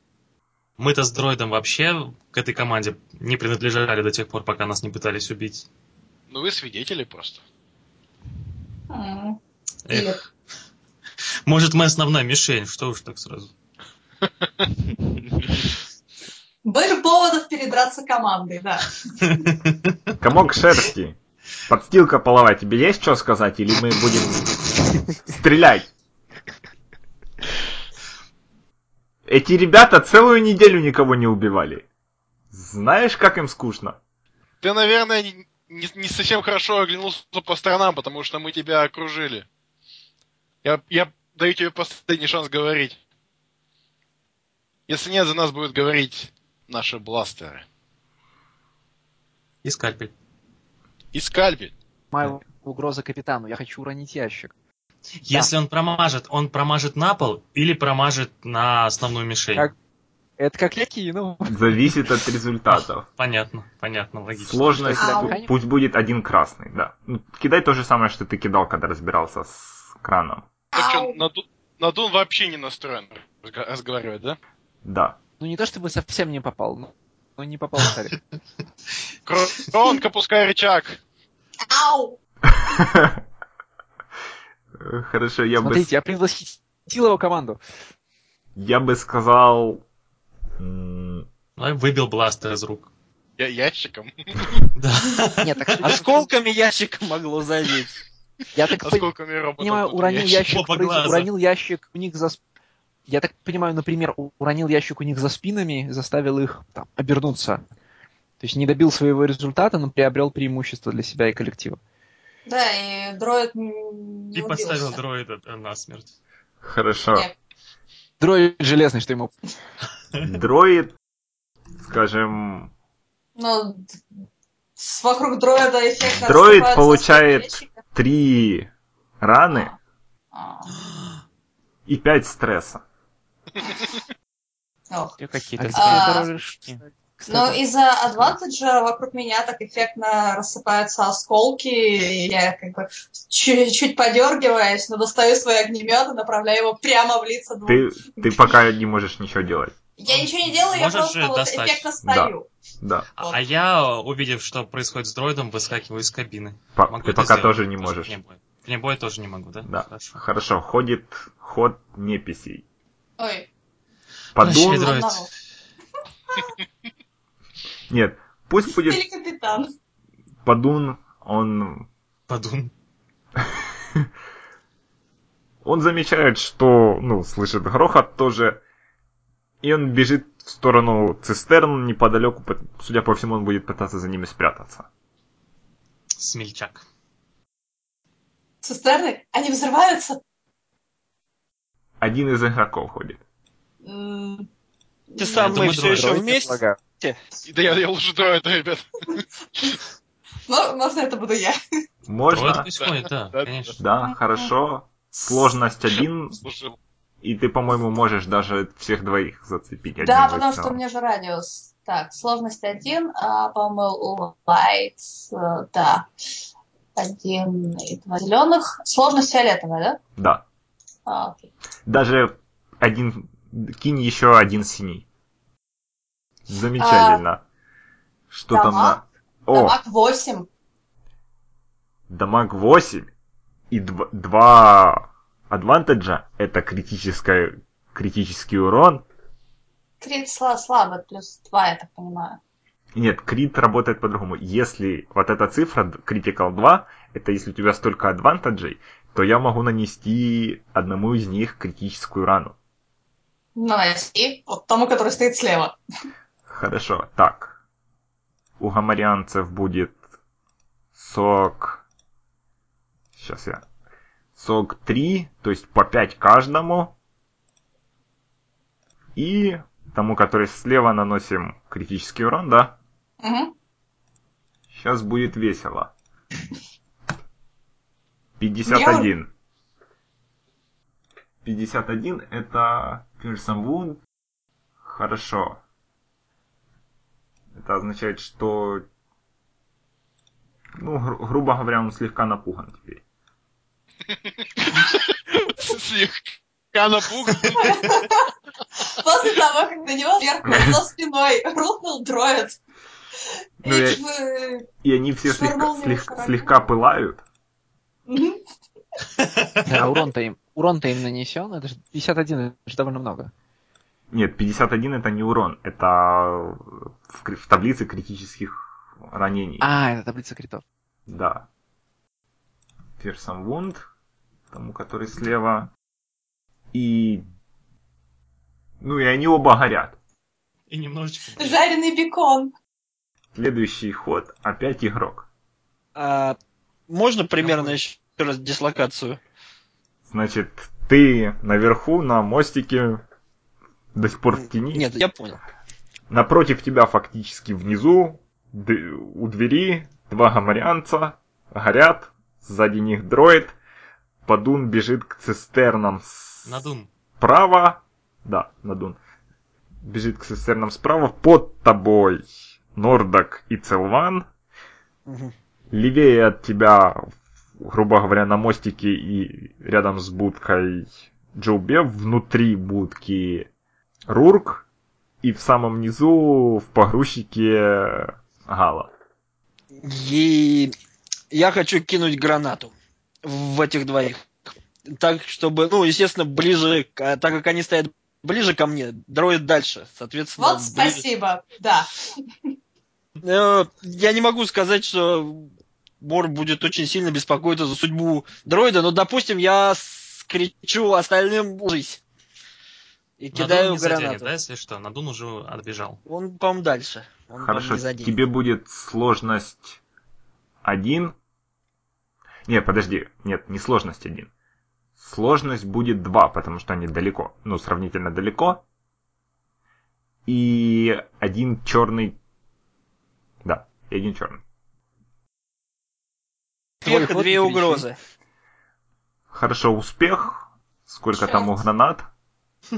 Speaker 2: Мы-то с дроидом вообще к этой команде не принадлежали до тех пор, пока нас не пытались убить.
Speaker 6: Ну вы свидетели просто.
Speaker 5: М,
Speaker 2: Эх,
Speaker 5: Эх.
Speaker 2: может, мы основная мишень, что уж так сразу.
Speaker 5: Больше поводов передраться командой, да.
Speaker 1: Комок шерсти. Подстилка половая. Тебе есть что сказать? Или мы будем стрелять? Эти ребята целую неделю никого не убивали. Знаешь, как им скучно?
Speaker 6: Ты, наверное, не, не- не совсем хорошо оглянулся по сторонам, потому что мы тебя окружили. Я, я даю тебе последний шанс говорить. Если нет, за нас будут говорить наши бластеры.
Speaker 2: И скальпель.
Speaker 6: И скальпель.
Speaker 4: Моя угроза капитану, я хочу уронить ящик.
Speaker 2: Если он промажет, он промажет на пол или промажет на основную мишень.
Speaker 4: Как- Это как какие, ну...
Speaker 1: Зависит от результатов.
Speaker 2: Понятно, понятно, логично.
Speaker 1: Сложность
Speaker 5: А,
Speaker 1: пу-
Speaker 4: механика?
Speaker 1: пусть будет один красный, да. Ну, Кидай то же самое, что ты кидал, когда разбирался с краном.
Speaker 6: Так что,
Speaker 5: Ау.
Speaker 6: Надун, Надун вообще не настроен разго- разговаривать, да?
Speaker 1: Да.
Speaker 4: Ну не то чтобы совсем не попал, но, но не попал в тарелку.
Speaker 6: Кро- Кронка, пускай рычаг!
Speaker 5: Ау!
Speaker 1: Э, Хорошо, я бы...
Speaker 4: Смотрите, я предвосхитил его команду.
Speaker 1: Я бы сказал... м,
Speaker 2: Давай выбил бластер из рук.
Speaker 6: Я ящиком.
Speaker 2: Да.
Speaker 4: Нет, так что-
Speaker 3: Осколками ящика могло задеть.
Speaker 4: я так
Speaker 6: А
Speaker 4: понимаю,
Speaker 6: сколько мне роботов?
Speaker 4: понимаю,
Speaker 6: внутри
Speaker 4: уронил
Speaker 6: ящика?
Speaker 4: ящик,
Speaker 2: Оба
Speaker 4: произ-
Speaker 2: глаза.
Speaker 4: уронил ящик у них за... сп- Я так понимаю, например, у- уронил ящик у них за спинами, заставил их там, обернуться. То есть не добил своего результата, но приобрел преимущество для себя и коллектива.
Speaker 5: Да, и дроид м, не
Speaker 2: И поставил
Speaker 5: убился.
Speaker 2: дроида э, насмерть.
Speaker 1: Хорошо.
Speaker 5: Нет.
Speaker 4: Дроид железный, что ему...
Speaker 1: Дроид, скажем,
Speaker 5: Ну, д- с- вокруг дроида эффект
Speaker 1: Дроид
Speaker 5: отступает
Speaker 1: получает-
Speaker 5: со стороны ящика.
Speaker 1: три раны
Speaker 5: А,
Speaker 1: и 5 стресса.
Speaker 5: ох.
Speaker 7: Какие-то
Speaker 5: А.
Speaker 7: хорошие.
Speaker 5: Но из-за адвантажа вокруг меня так эффектно рассыпаются осколки, и я как бы чуть, чуть подергиваюсь, но достаю свой огнемет и направляю его прямо в лица двух.
Speaker 1: Ты, ты пока не можешь ничего делать.
Speaker 5: Я ничего не делаю, я
Speaker 2: Можешь
Speaker 5: просто
Speaker 2: же
Speaker 5: вот
Speaker 2: достать?
Speaker 5: эффектно стою.
Speaker 1: Да.
Speaker 2: А
Speaker 5: Вот.
Speaker 2: а я, увидев, что происходит с дроидом, выскакиваю из кабины.
Speaker 1: Па-
Speaker 2: Могу
Speaker 1: ты
Speaker 2: это
Speaker 1: пока
Speaker 2: сделать?
Speaker 1: тоже не
Speaker 2: Тоже
Speaker 1: можешь.
Speaker 2: вне боя. Вне боя тоже не могу, да?
Speaker 1: Да.
Speaker 2: Хорошо.
Speaker 1: Хорошо, ходит ход неписей.
Speaker 5: Ой,
Speaker 1: Поддон.
Speaker 2: Прощай, дроид.
Speaker 5: одного.
Speaker 1: Нет, пусть будет
Speaker 5: Или капитан.
Speaker 1: подун, он
Speaker 2: Подун.
Speaker 1: Он замечает, что, ну, слышит грохот тоже, и он бежит в сторону цистерн неподалеку, пот- судя по всему, он будет пытаться за ними спрятаться.
Speaker 2: Смельчак.
Speaker 5: Цистерны? Они взрываются?
Speaker 1: Один из игроков ходит.
Speaker 5: М,
Speaker 3: Ты сам
Speaker 2: Я
Speaker 3: мы
Speaker 2: думаю,
Speaker 3: все
Speaker 2: дроид.
Speaker 3: еще
Speaker 4: Дроид
Speaker 3: вместе.
Speaker 4: предлагаю.
Speaker 6: Да я, я лучше дроида, ребят.
Speaker 5: мо- Ну, Можно это буду я?
Speaker 1: Можно?
Speaker 2: Дроид пусть ходит, да,
Speaker 6: Да,
Speaker 2: конечно.
Speaker 1: Да, хорошо. Сложность один,
Speaker 6: Слушай,
Speaker 1: и ты, по-моему, можешь даже всех двоих зацепить.
Speaker 5: Да,
Speaker 1: одним
Speaker 5: потому что у
Speaker 1: выстрелом.
Speaker 5: меня же радиус. Так, сложность один, а, по-моему, лайтс, э, да, один и два зеленых. Сложность фиолетовая,
Speaker 1: Да.
Speaker 5: да? А, окей.
Speaker 1: Даже один... Кинь еще один синий.
Speaker 5: А,
Speaker 1: Замечательно. Что там на...
Speaker 5: дамаг?
Speaker 1: О,
Speaker 5: Дамаг 8.
Speaker 1: дамаг 8 и 2 адвантажа это критическое, критический урон.
Speaker 5: Крит сла- слабый, плюс 2, я так понимаю.
Speaker 1: Нет, крит работает по-другому. Если вот эта цифра, д- critical 2, это если у тебя столько адвантажей, то я могу нанести одному из них критическую рану.
Speaker 5: Ну, и вот тому, который стоит слева.
Speaker 1: Хорошо, так. У гамарианцев будет сок... Сейчас я... Сок 3, то есть по 5 каждому. И тому, который слева наносим критический урон, да?
Speaker 5: Мгм.
Speaker 1: Сейчас будет весело. 51. 51 это Piercing Wound. Хорошо. Это означает, что... Ну, гру- грубо говоря, он слегка напуган теперь.
Speaker 6: слегка напуган.
Speaker 5: После того, как на него сверху за спиной рухнул дроид. И
Speaker 1: Ну, я-
Speaker 5: как бы,
Speaker 1: И они все слегка,
Speaker 5: Швырнул его
Speaker 1: слег-
Speaker 5: в коробку.
Speaker 1: слегка пылают.
Speaker 5: мгм.
Speaker 4: Да, урон-то им, урон-то им нанесен, это же 51, это же довольно много.
Speaker 1: Нет, 51 это не урон, это в, кри- в таблице критических ранений.
Speaker 4: А, это таблица критов.
Speaker 1: Да. Ферсом Вунд, тому, который слева. И... Ну и они оба горят.
Speaker 2: И немножечко...
Speaker 5: Жареный бекон.
Speaker 1: Следующий ход. Опять игрок.
Speaker 3: А можно примерно еще раз дислокацию?
Speaker 1: Значит, ты наверху на мостике до сих пор в тени.
Speaker 3: Нет, я понял.
Speaker 1: Напротив тебя фактически внизу, д- у двери, два гамарианца горят, сзади них дроид, Падун бежит к цистернам с-
Speaker 2: Надун.
Speaker 1: справа, да, Надун, бежит к цистернам справа, под тобой Нордок и Целван,
Speaker 3: Мгм.
Speaker 1: левее от тебя, грубо говоря, на мостике и рядом с будкой Джоубе, внутри будки Рурк, и в самом низу в погрузчике Гала.
Speaker 3: И я хочу кинуть гранату в этих двоих. Так, чтобы, ну, естественно, ближе, к- а так как они стоят ближе ко мне, дроид дальше, соответственно.
Speaker 5: Вот
Speaker 3: ближе.
Speaker 5: спасибо, да.
Speaker 3: Э, Я не могу сказать, что Бор будет очень сильно беспокоиться за судьбу дроида, но, допустим, я скричу остальным «Ложись!» и
Speaker 2: Надун
Speaker 3: кидаю
Speaker 2: не заденет,
Speaker 3: гранату.
Speaker 2: да, если что? Надун уже отбежал.
Speaker 3: Он, по-моему, дальше. Он, по-моему,
Speaker 1: Хорошо,
Speaker 3: не заденет.
Speaker 1: тебе будет сложность 1. Не, подожди, нет, не сложность 1. Сложность будет 2, потому что они далеко, ну, сравнительно далеко. И один черный... Да, и один черный.
Speaker 3: Вверх
Speaker 4: Твой ход, не
Speaker 3: две
Speaker 4: кричи.
Speaker 3: угрозы.
Speaker 1: Хорошо, успех. Сколько там у
Speaker 5: Шесть.
Speaker 1: гранат?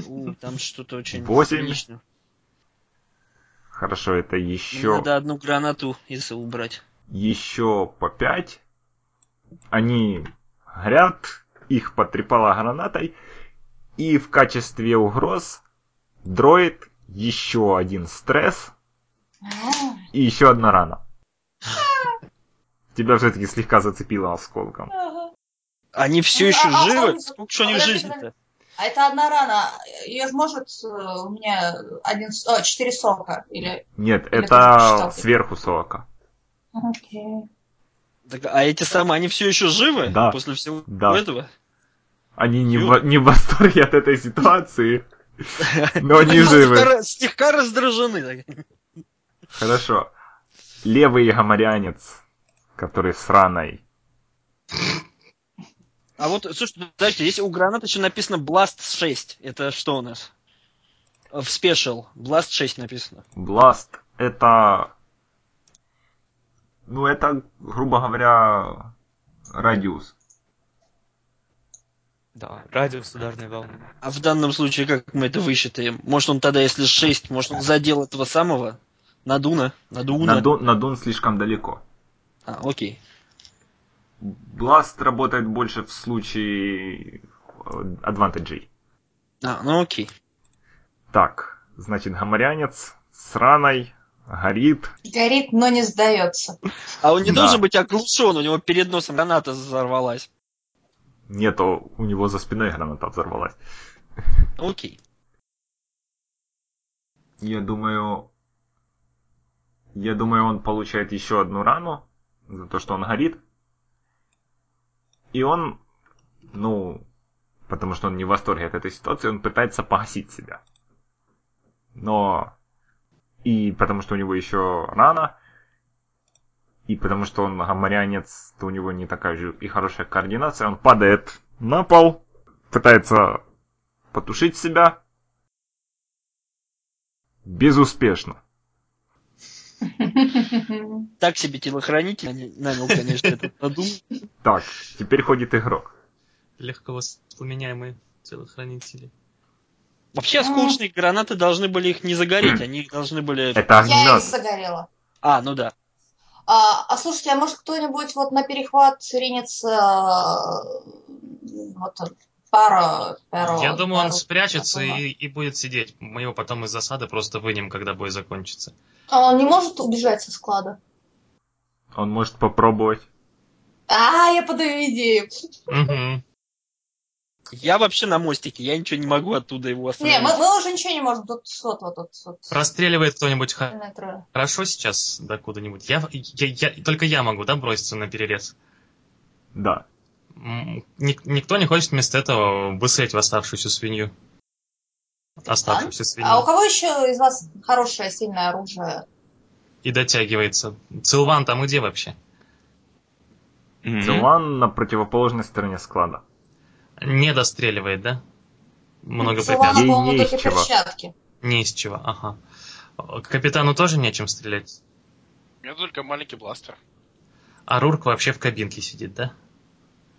Speaker 3: У, Там что-то очень
Speaker 1: Восемь.
Speaker 3: прилично.
Speaker 1: Хорошо, это
Speaker 3: Мне
Speaker 1: еще,
Speaker 3: Надо одну гранату если убрать.
Speaker 1: еще по 5. Они горят, их потрепала гранатой. И в качестве угроз дроид еще один стресс и еще одна рана. Тебя все-таки слегка зацепило осколком.
Speaker 5: Ага.
Speaker 3: Они все
Speaker 5: Ну,
Speaker 3: еще
Speaker 5: а- а
Speaker 3: живы?
Speaker 5: он-
Speaker 3: Сколько еще у них
Speaker 5: подожди,
Speaker 3: жизни-то?
Speaker 5: А это одна рана. Ее же может э, у меня один, с- о, четыре сока или.
Speaker 1: Нет,
Speaker 5: Или
Speaker 1: это
Speaker 5: там что-то.
Speaker 1: сверху сока.
Speaker 5: Окей.
Speaker 3: Так, а эти самые, они все еще живы?
Speaker 1: Да.
Speaker 3: После всего
Speaker 1: Да.
Speaker 3: этого?
Speaker 1: Они не,
Speaker 3: Ю.
Speaker 1: в, не в восторге от этой ситуации, но они
Speaker 3: Они
Speaker 1: живы.
Speaker 3: слегка- Слегка раздражены. так.
Speaker 1: Хорошо. Левый гамарянец, который с раной.
Speaker 3: А вот, слушайте, подождите, если у гранат еще написано Blast 6, это что у нас? В спешл. Blast 6 написано.
Speaker 1: Бласт это... Ну, это, грубо говоря, радиус.
Speaker 7: Да, радиус ударной волны.
Speaker 3: А в данном случае как мы это высчитаем? Может он тогда, если 6, может он задел этого самого? Надуна? Надуна?
Speaker 1: Надун, надун слишком далеко.
Speaker 3: А, окей.
Speaker 1: Бласт работает больше в случае э, адвантажей.
Speaker 3: А, ну окей.
Speaker 1: Так, значит, гамарянец с раной горит.
Speaker 5: Горит, но не сдается.
Speaker 3: А он не
Speaker 1: Да.
Speaker 3: должен быть оглушен, у него перед носом граната взорвалась.
Speaker 1: Нет, о, у него за спиной граната взорвалась.
Speaker 3: Ну, Окей.
Speaker 1: Я думаю... Я думаю, он получает еще одну рану за то, что он горит. И он, ну, потому что он не в восторге от этой ситуации, он пытается погасить себя. Но... И потому что у него еще рана, и потому что он гамарянец, то у него не такая же и хорошая координация, он падает на пол, пытается потушить себя, безуспешно.
Speaker 3: Так себе телохранитель нан- нанял, конечно, этот надун.
Speaker 1: Так, теперь ходит игрок.
Speaker 2: Легко воспламеняемые телохранители.
Speaker 3: Вообще осколочные гранаты должны были их не загореть, они их должны были...
Speaker 1: Это
Speaker 5: Я их
Speaker 1: огнемет.
Speaker 5: загорела.
Speaker 3: А, ну да.
Speaker 5: А, а слушайте, а может кто-нибудь вот на перехват ринется э, вот он, пара, пара-
Speaker 2: Я думаю, он
Speaker 5: пару-
Speaker 2: спрячется
Speaker 5: пару-
Speaker 2: и, и будет сидеть. Мы его потом из засады просто вынем, когда бой закончится.
Speaker 5: А он не может убежать со склада?
Speaker 1: Он может попробовать.
Speaker 5: А, я подаю идею.
Speaker 2: Мгм.
Speaker 3: Я вообще на мостике, я ничего не могу оттуда его
Speaker 5: Не,
Speaker 3: остановить.
Speaker 5: мы, мы уже ничего не можем. Тут сот, вот тут сот.
Speaker 2: Расстреливает кто-нибудь ха-
Speaker 5: Остальные трое.
Speaker 2: хорошо сейчас докуда-нибудь? Я, я- я- только я могу, да, броситься на перерез?
Speaker 1: Да.
Speaker 2: М, ник- никто не хочет вместо этого выстрелить в оставшуюся свинью. Оставшуюся свинью.
Speaker 5: А у кого еще из вас хорошее, сильное оружие?
Speaker 2: И дотягивается. Цилван там где вообще?
Speaker 1: Силван на противоположной стороне склада.
Speaker 2: Не достреливает, да? Много
Speaker 5: Силана,
Speaker 1: Ей
Speaker 2: препятствий.
Speaker 5: по-моему,
Speaker 1: не из
Speaker 5: только
Speaker 1: чего.
Speaker 5: перчатки.
Speaker 2: Не из чего, ага. Э, Капитану тоже нечем стрелять.
Speaker 6: У меня только маленький бластер.
Speaker 2: А Рурк вообще в кабинке сидит, да?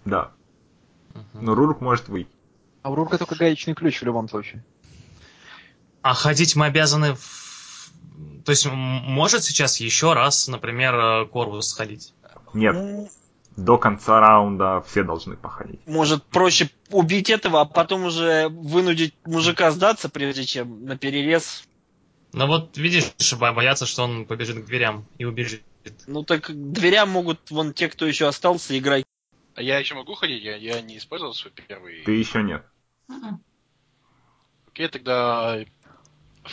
Speaker 1: Да.
Speaker 2: Мгм.
Speaker 1: Но Рурк может выйти.
Speaker 4: А у Рурка только гаечный ключ в любом случае.
Speaker 2: А ходить мы обязаны в... То есть м- может сейчас еще раз, например, э, Корвус сходить?
Speaker 1: Нет,
Speaker 3: М,
Speaker 1: до конца раунда все должны походить.
Speaker 3: Может, проще убить этого, а потом уже вынудить мужика сдаться, прежде чем на перерез.
Speaker 2: Ну вот видишь, бо- боятся, что он побежит к дверям и убежит.
Speaker 3: Ну так к дверям могут вон те, кто еще остался, играть.
Speaker 6: А я еще могу ходить? Я, я не использовал свой первый.
Speaker 1: Ты еще нет.
Speaker 5: Мгм.
Speaker 6: Окей, тогда...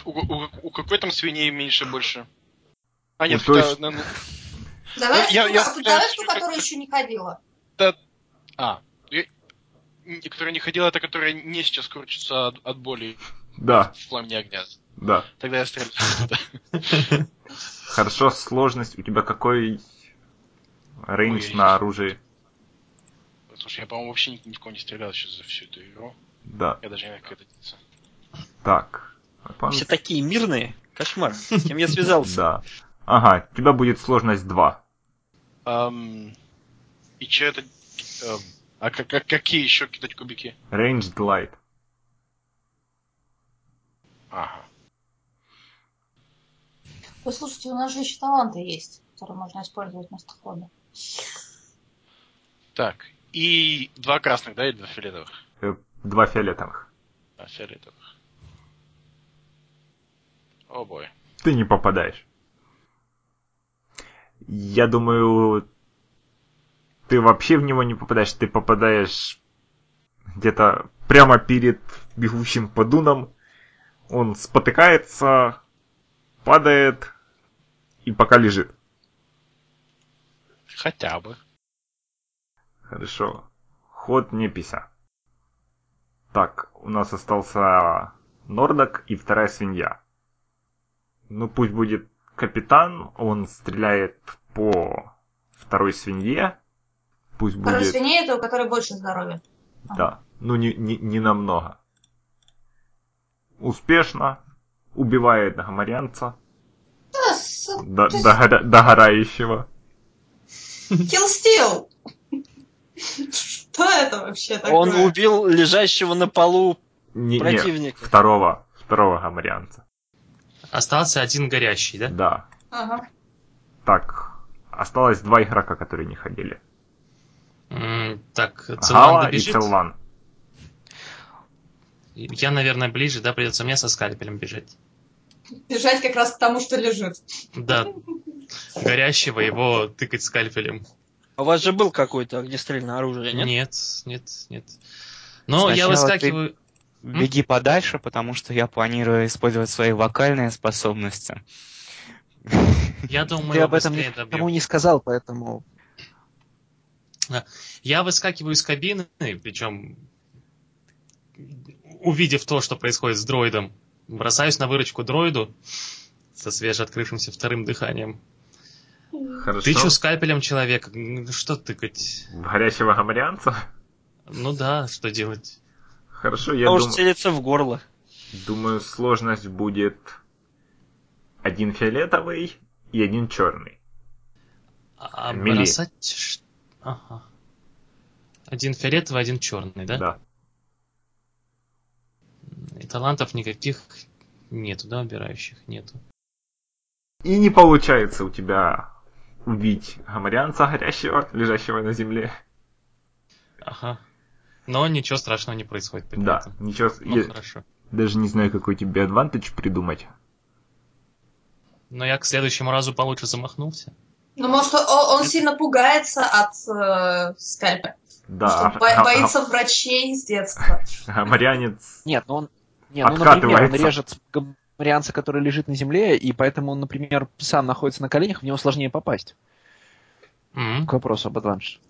Speaker 6: У, у- у какой там свиней меньше больше? А нет,
Speaker 1: Ну, то
Speaker 6: это,
Speaker 1: есть-
Speaker 6: наверно,
Speaker 5: Давай,
Speaker 6: Я-
Speaker 5: ту-
Speaker 6: я
Speaker 5: а
Speaker 6: спрячу.
Speaker 5: давай ту, которая еще не ходила.
Speaker 6: А, я- н- которая не ходила, это которая не сейчас крутится от, от боли
Speaker 1: Да,
Speaker 6: в пламени огня.
Speaker 1: да.
Speaker 6: Тогда я стрелю. туда.
Speaker 1: Хорошо, сложность. У тебя какой рейндж
Speaker 6: Ой.
Speaker 1: на оружии?
Speaker 6: Слушай, я, по-моему, вообще ни, ни в кого не стрелял сейчас за всю эту игру.
Speaker 1: Да.
Speaker 6: Я даже не знаю, как это делается.
Speaker 1: Так.
Speaker 3: Все такие мирные. Кошмар. С кем я связался?
Speaker 1: Да. Ага, у тебя будет сложность 2.
Speaker 6: Ам, и че это... эм, а как- как- какие еще кидать кубики?
Speaker 1: Рейндж Light.
Speaker 6: Ага.
Speaker 5: Вы слушайте, у нас же еще таланты есть, которые можно использовать вместо хода.
Speaker 6: Так, и два красных, да, или два фиолетовых?
Speaker 1: Э, Два фиолетовых.
Speaker 6: А, фиолетовых. О бой.
Speaker 1: Ты не попадаешь. Я думаю, ты вообще в него не попадаешь, ты попадаешь где-то прямо перед бегущим по дунам. Он спотыкается, падает и пока лежит.
Speaker 6: Хотя бы.
Speaker 1: Хорошо. Ход не пися. Так, у нас остался Нордок и вторая свинья. Ну, пусть будет капитан, он стреляет по второй свинье. Пусть
Speaker 5: Второй
Speaker 1: будет...
Speaker 5: свиней это у которой больше здоровья.
Speaker 1: Да, ну не, не, не намного. Успешно убивает гамарянца,
Speaker 5: Да, с...
Speaker 1: до- догора- догорающего.
Speaker 5: Kill Steel! Что это вообще такое?
Speaker 3: А Он убил лежащего на полу
Speaker 1: Не, не,
Speaker 3: противника.
Speaker 1: второго, второго гамарянца.
Speaker 2: Остался один горящий, да?
Speaker 1: Да.
Speaker 5: Ага.
Speaker 1: Так, осталось два игрока, которые не ходили.
Speaker 2: М, Так, Целан
Speaker 1: Гала и
Speaker 2: добежит.
Speaker 1: Целван.
Speaker 2: Я, наверное, ближе, да, придется мне со скальпелем бежать.
Speaker 5: Бежать как раз к тому, что лежит.
Speaker 2: Да. Горящего его тыкать скальпелем.
Speaker 3: А У вас же был какое-то огнестрельное оружие, нет?
Speaker 2: Нет, нет, нет. Но я
Speaker 7: Сначала
Speaker 2: выскакиваю.
Speaker 7: Беги подальше, потому что я планирую использовать свои вокальные способности.
Speaker 2: Я думаю,
Speaker 4: Ты об этом
Speaker 2: быстрее добью.
Speaker 4: никому не сказал, поэтому
Speaker 2: Я выскакиваю из кабины, причем, увидев то, что происходит с дроидом, бросаюсь на выручку дроиду со свежеоткрывшимся вторым дыханием.
Speaker 1: Хорошо.
Speaker 2: Тычу скальпелем человека. М, Что тыкать?
Speaker 1: В горящего гамарианца?
Speaker 2: Ну да, что делать?
Speaker 1: Хорошо, я
Speaker 3: Потому что
Speaker 1: дум-
Speaker 3: целится в горло.
Speaker 1: думаю, сложность будет один фиолетовый и один черный.
Speaker 2: А
Speaker 1: Мили.
Speaker 2: бросать... ш- Ага. Один фиолетовый, один черный, да?
Speaker 1: Да.
Speaker 2: И талантов никаких нету, да, убирающих нету.
Speaker 1: И не получается у тебя убить гамарианца горящего, лежащего на земле.
Speaker 2: Ага. Но ничего страшного не происходит. при
Speaker 1: Да,
Speaker 2: этом.
Speaker 1: ничего. с-
Speaker 2: Ну
Speaker 1: я
Speaker 2: хорошо.
Speaker 1: Даже не знаю, какой тебе адвантаж придумать.
Speaker 2: Но я к следующему разу получше замахнулся.
Speaker 5: Ну, может, о- он сильно пугается от э, скальпа.
Speaker 1: Да,
Speaker 5: Что Ну, бо-
Speaker 1: га-
Speaker 5: боится врачей с детства.
Speaker 1: га- гамарианец
Speaker 4: Нет, ну он... Нет, ну, например, он
Speaker 1: Откатывается.
Speaker 4: режет гамарианца, который лежит на земле, и поэтому он, например, сам находится на коленях, в него сложнее попасть.
Speaker 2: М,
Speaker 4: К вопросу об адванше.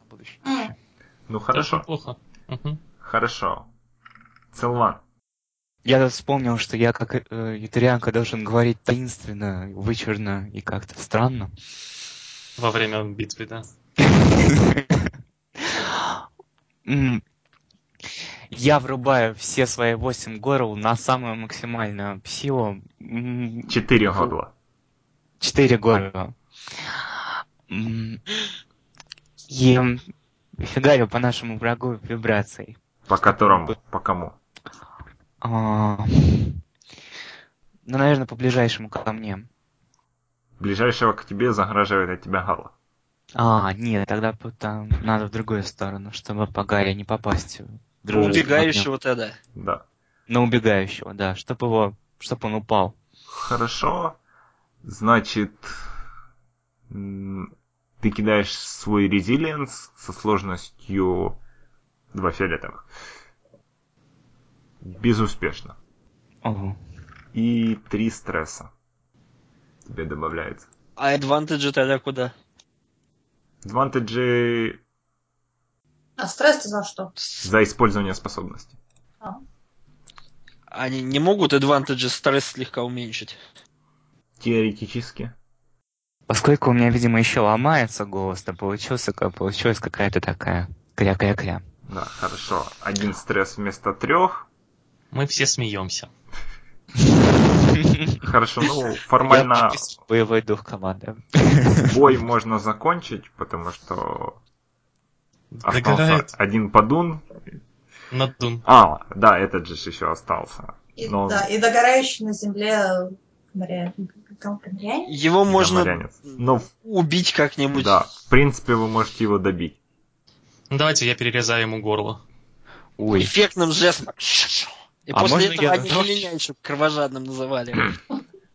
Speaker 5: М.
Speaker 1: Ну
Speaker 2: даже
Speaker 1: хорошо,
Speaker 2: неплохо. Мгм.
Speaker 1: хорошо. Целван,
Speaker 7: Я тут вспомнил, что я как э, ютарианка должен говорить таинственно, вычурно и как-то странно.
Speaker 2: Во время битвы, да.
Speaker 7: М. Я врубаю все свои восемь горл на самую максимальную силу. М,
Speaker 1: четыре горла.
Speaker 7: Четыре горла. М. И м, фигарю по нашему врагу вибрацией.
Speaker 1: По которому? По кому?
Speaker 7: А, Ну, наверное, по ближайшему ко мне.
Speaker 1: Ближайшего к тебе загораживает от тебя гала.
Speaker 7: А, нет, тогда по- там надо в другую сторону, чтобы по Гарри не попасть. в дружественный огнем.
Speaker 3: Убегающего тогда.
Speaker 1: Да.
Speaker 7: На убегающего, да, чтобы его, чтобы он упал.
Speaker 1: Хорошо. Значит, м, ты кидаешь свой резилиенс со сложностью два фиолетовых. Безуспешно.
Speaker 7: Ого.
Speaker 1: И три стресса тебе добавляется.
Speaker 3: А адвантеджи тогда куда?
Speaker 1: Адвантеджи
Speaker 5: А стресс-то за что?
Speaker 1: за использование способности.
Speaker 3: Они не могут адвантеджи стресс слегка уменьшить.
Speaker 1: Теоретически.
Speaker 7: Поскольку у меня, видимо, еще ломается голос, то получился, как- получилась какая-то такая кря-кря-кря.
Speaker 1: Да, хорошо. Один стресс вместо трех.
Speaker 2: Мы все смеемся.
Speaker 1: Хорошо, ну,
Speaker 7: Я
Speaker 1: формально
Speaker 7: подпис- боевой дух команды.
Speaker 1: бой можно закончить, потому что остался
Speaker 2: Догорает
Speaker 1: один подун.
Speaker 2: надун.
Speaker 1: А, да, этот же ж еще остался.
Speaker 5: И,
Speaker 1: Но-
Speaker 5: Да, и догорающий на земле э, Галкадрянь?
Speaker 3: Его можно
Speaker 1: Гаварянец. Но, в-
Speaker 3: убить как-нибудь.
Speaker 1: Ну, да, в принципе, вы можете его добить.
Speaker 2: Ну, Давайте я перерезаю ему горло.
Speaker 7: Ой,
Speaker 3: Эффектным жестом. И
Speaker 7: А
Speaker 3: после
Speaker 7: можно
Speaker 3: этого
Speaker 7: я-
Speaker 3: они меня еще кровожадным называли.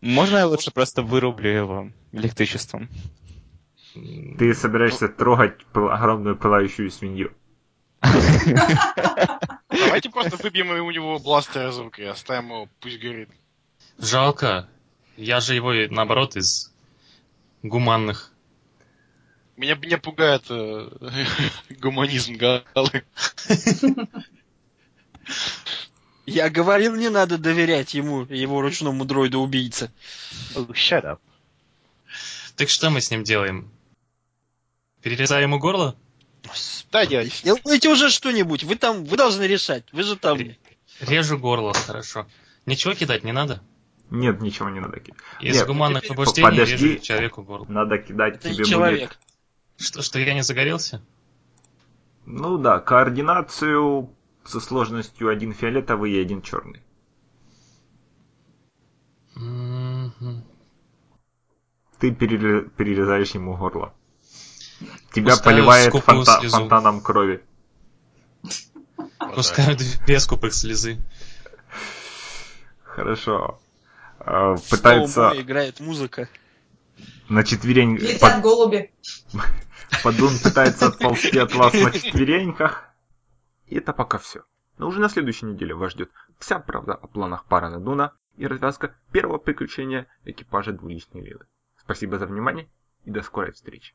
Speaker 7: можно я лучше просто вырублю его электричеством?
Speaker 2: М,
Speaker 1: Ты собираешься трогать пыл- огромную пылающую свинью.
Speaker 6: Давайте просто выбьем у него бластер из рук и оставим его, пусть горит.
Speaker 2: Жалко. Я же его, и, наоборот, из гуманных.
Speaker 6: Меня, меня пугает э, гуманизм Галы.
Speaker 3: Я говорил, не надо доверять ему, его ручному дроиду-убийце.
Speaker 6: Oh,
Speaker 8: shut up.
Speaker 2: Так что мы с ним делаем? Перерезаем ему горло?
Speaker 6: Да, дядь.
Speaker 3: Делайте уже что-нибудь, вы там, вы должны решать, вы же там...
Speaker 2: Режу горло, хорошо. Ничего кидать не надо.
Speaker 1: Нет, ничего не надо кидать.
Speaker 2: Из
Speaker 1: Нет,
Speaker 2: гуманных
Speaker 3: теперь
Speaker 2: побуждений
Speaker 1: подожди.
Speaker 2: режу человеку горло.
Speaker 1: Надо кидать
Speaker 3: Это
Speaker 1: тебе
Speaker 3: не человек.
Speaker 2: Что, что я не загорелся?
Speaker 1: будет- Ну да, координацию со сложностью один фиолетовый и один черный.
Speaker 2: Мгм.
Speaker 1: Ты перере- перерезаешь ему горло. Тебя
Speaker 2: Пускаю
Speaker 1: поливает
Speaker 2: скупую
Speaker 1: фонта-
Speaker 2: слезу.
Speaker 1: фонтаном крови.
Speaker 2: Пускаю две скупых слезы.
Speaker 1: Хорошо. Э,
Speaker 3: В
Speaker 1: Пытается
Speaker 3: сноуболе играет музыка.
Speaker 1: на четвереньках...
Speaker 5: Летят голуби.
Speaker 1: Поддон пытается отползти от вас на четвереньках. И это пока все. Но уже на следующей неделе вас ждет вся правда о планах пара Надуна и развязка первого приключения экипажа двуличной Лилы. Спасибо за внимание и до скорой встречи.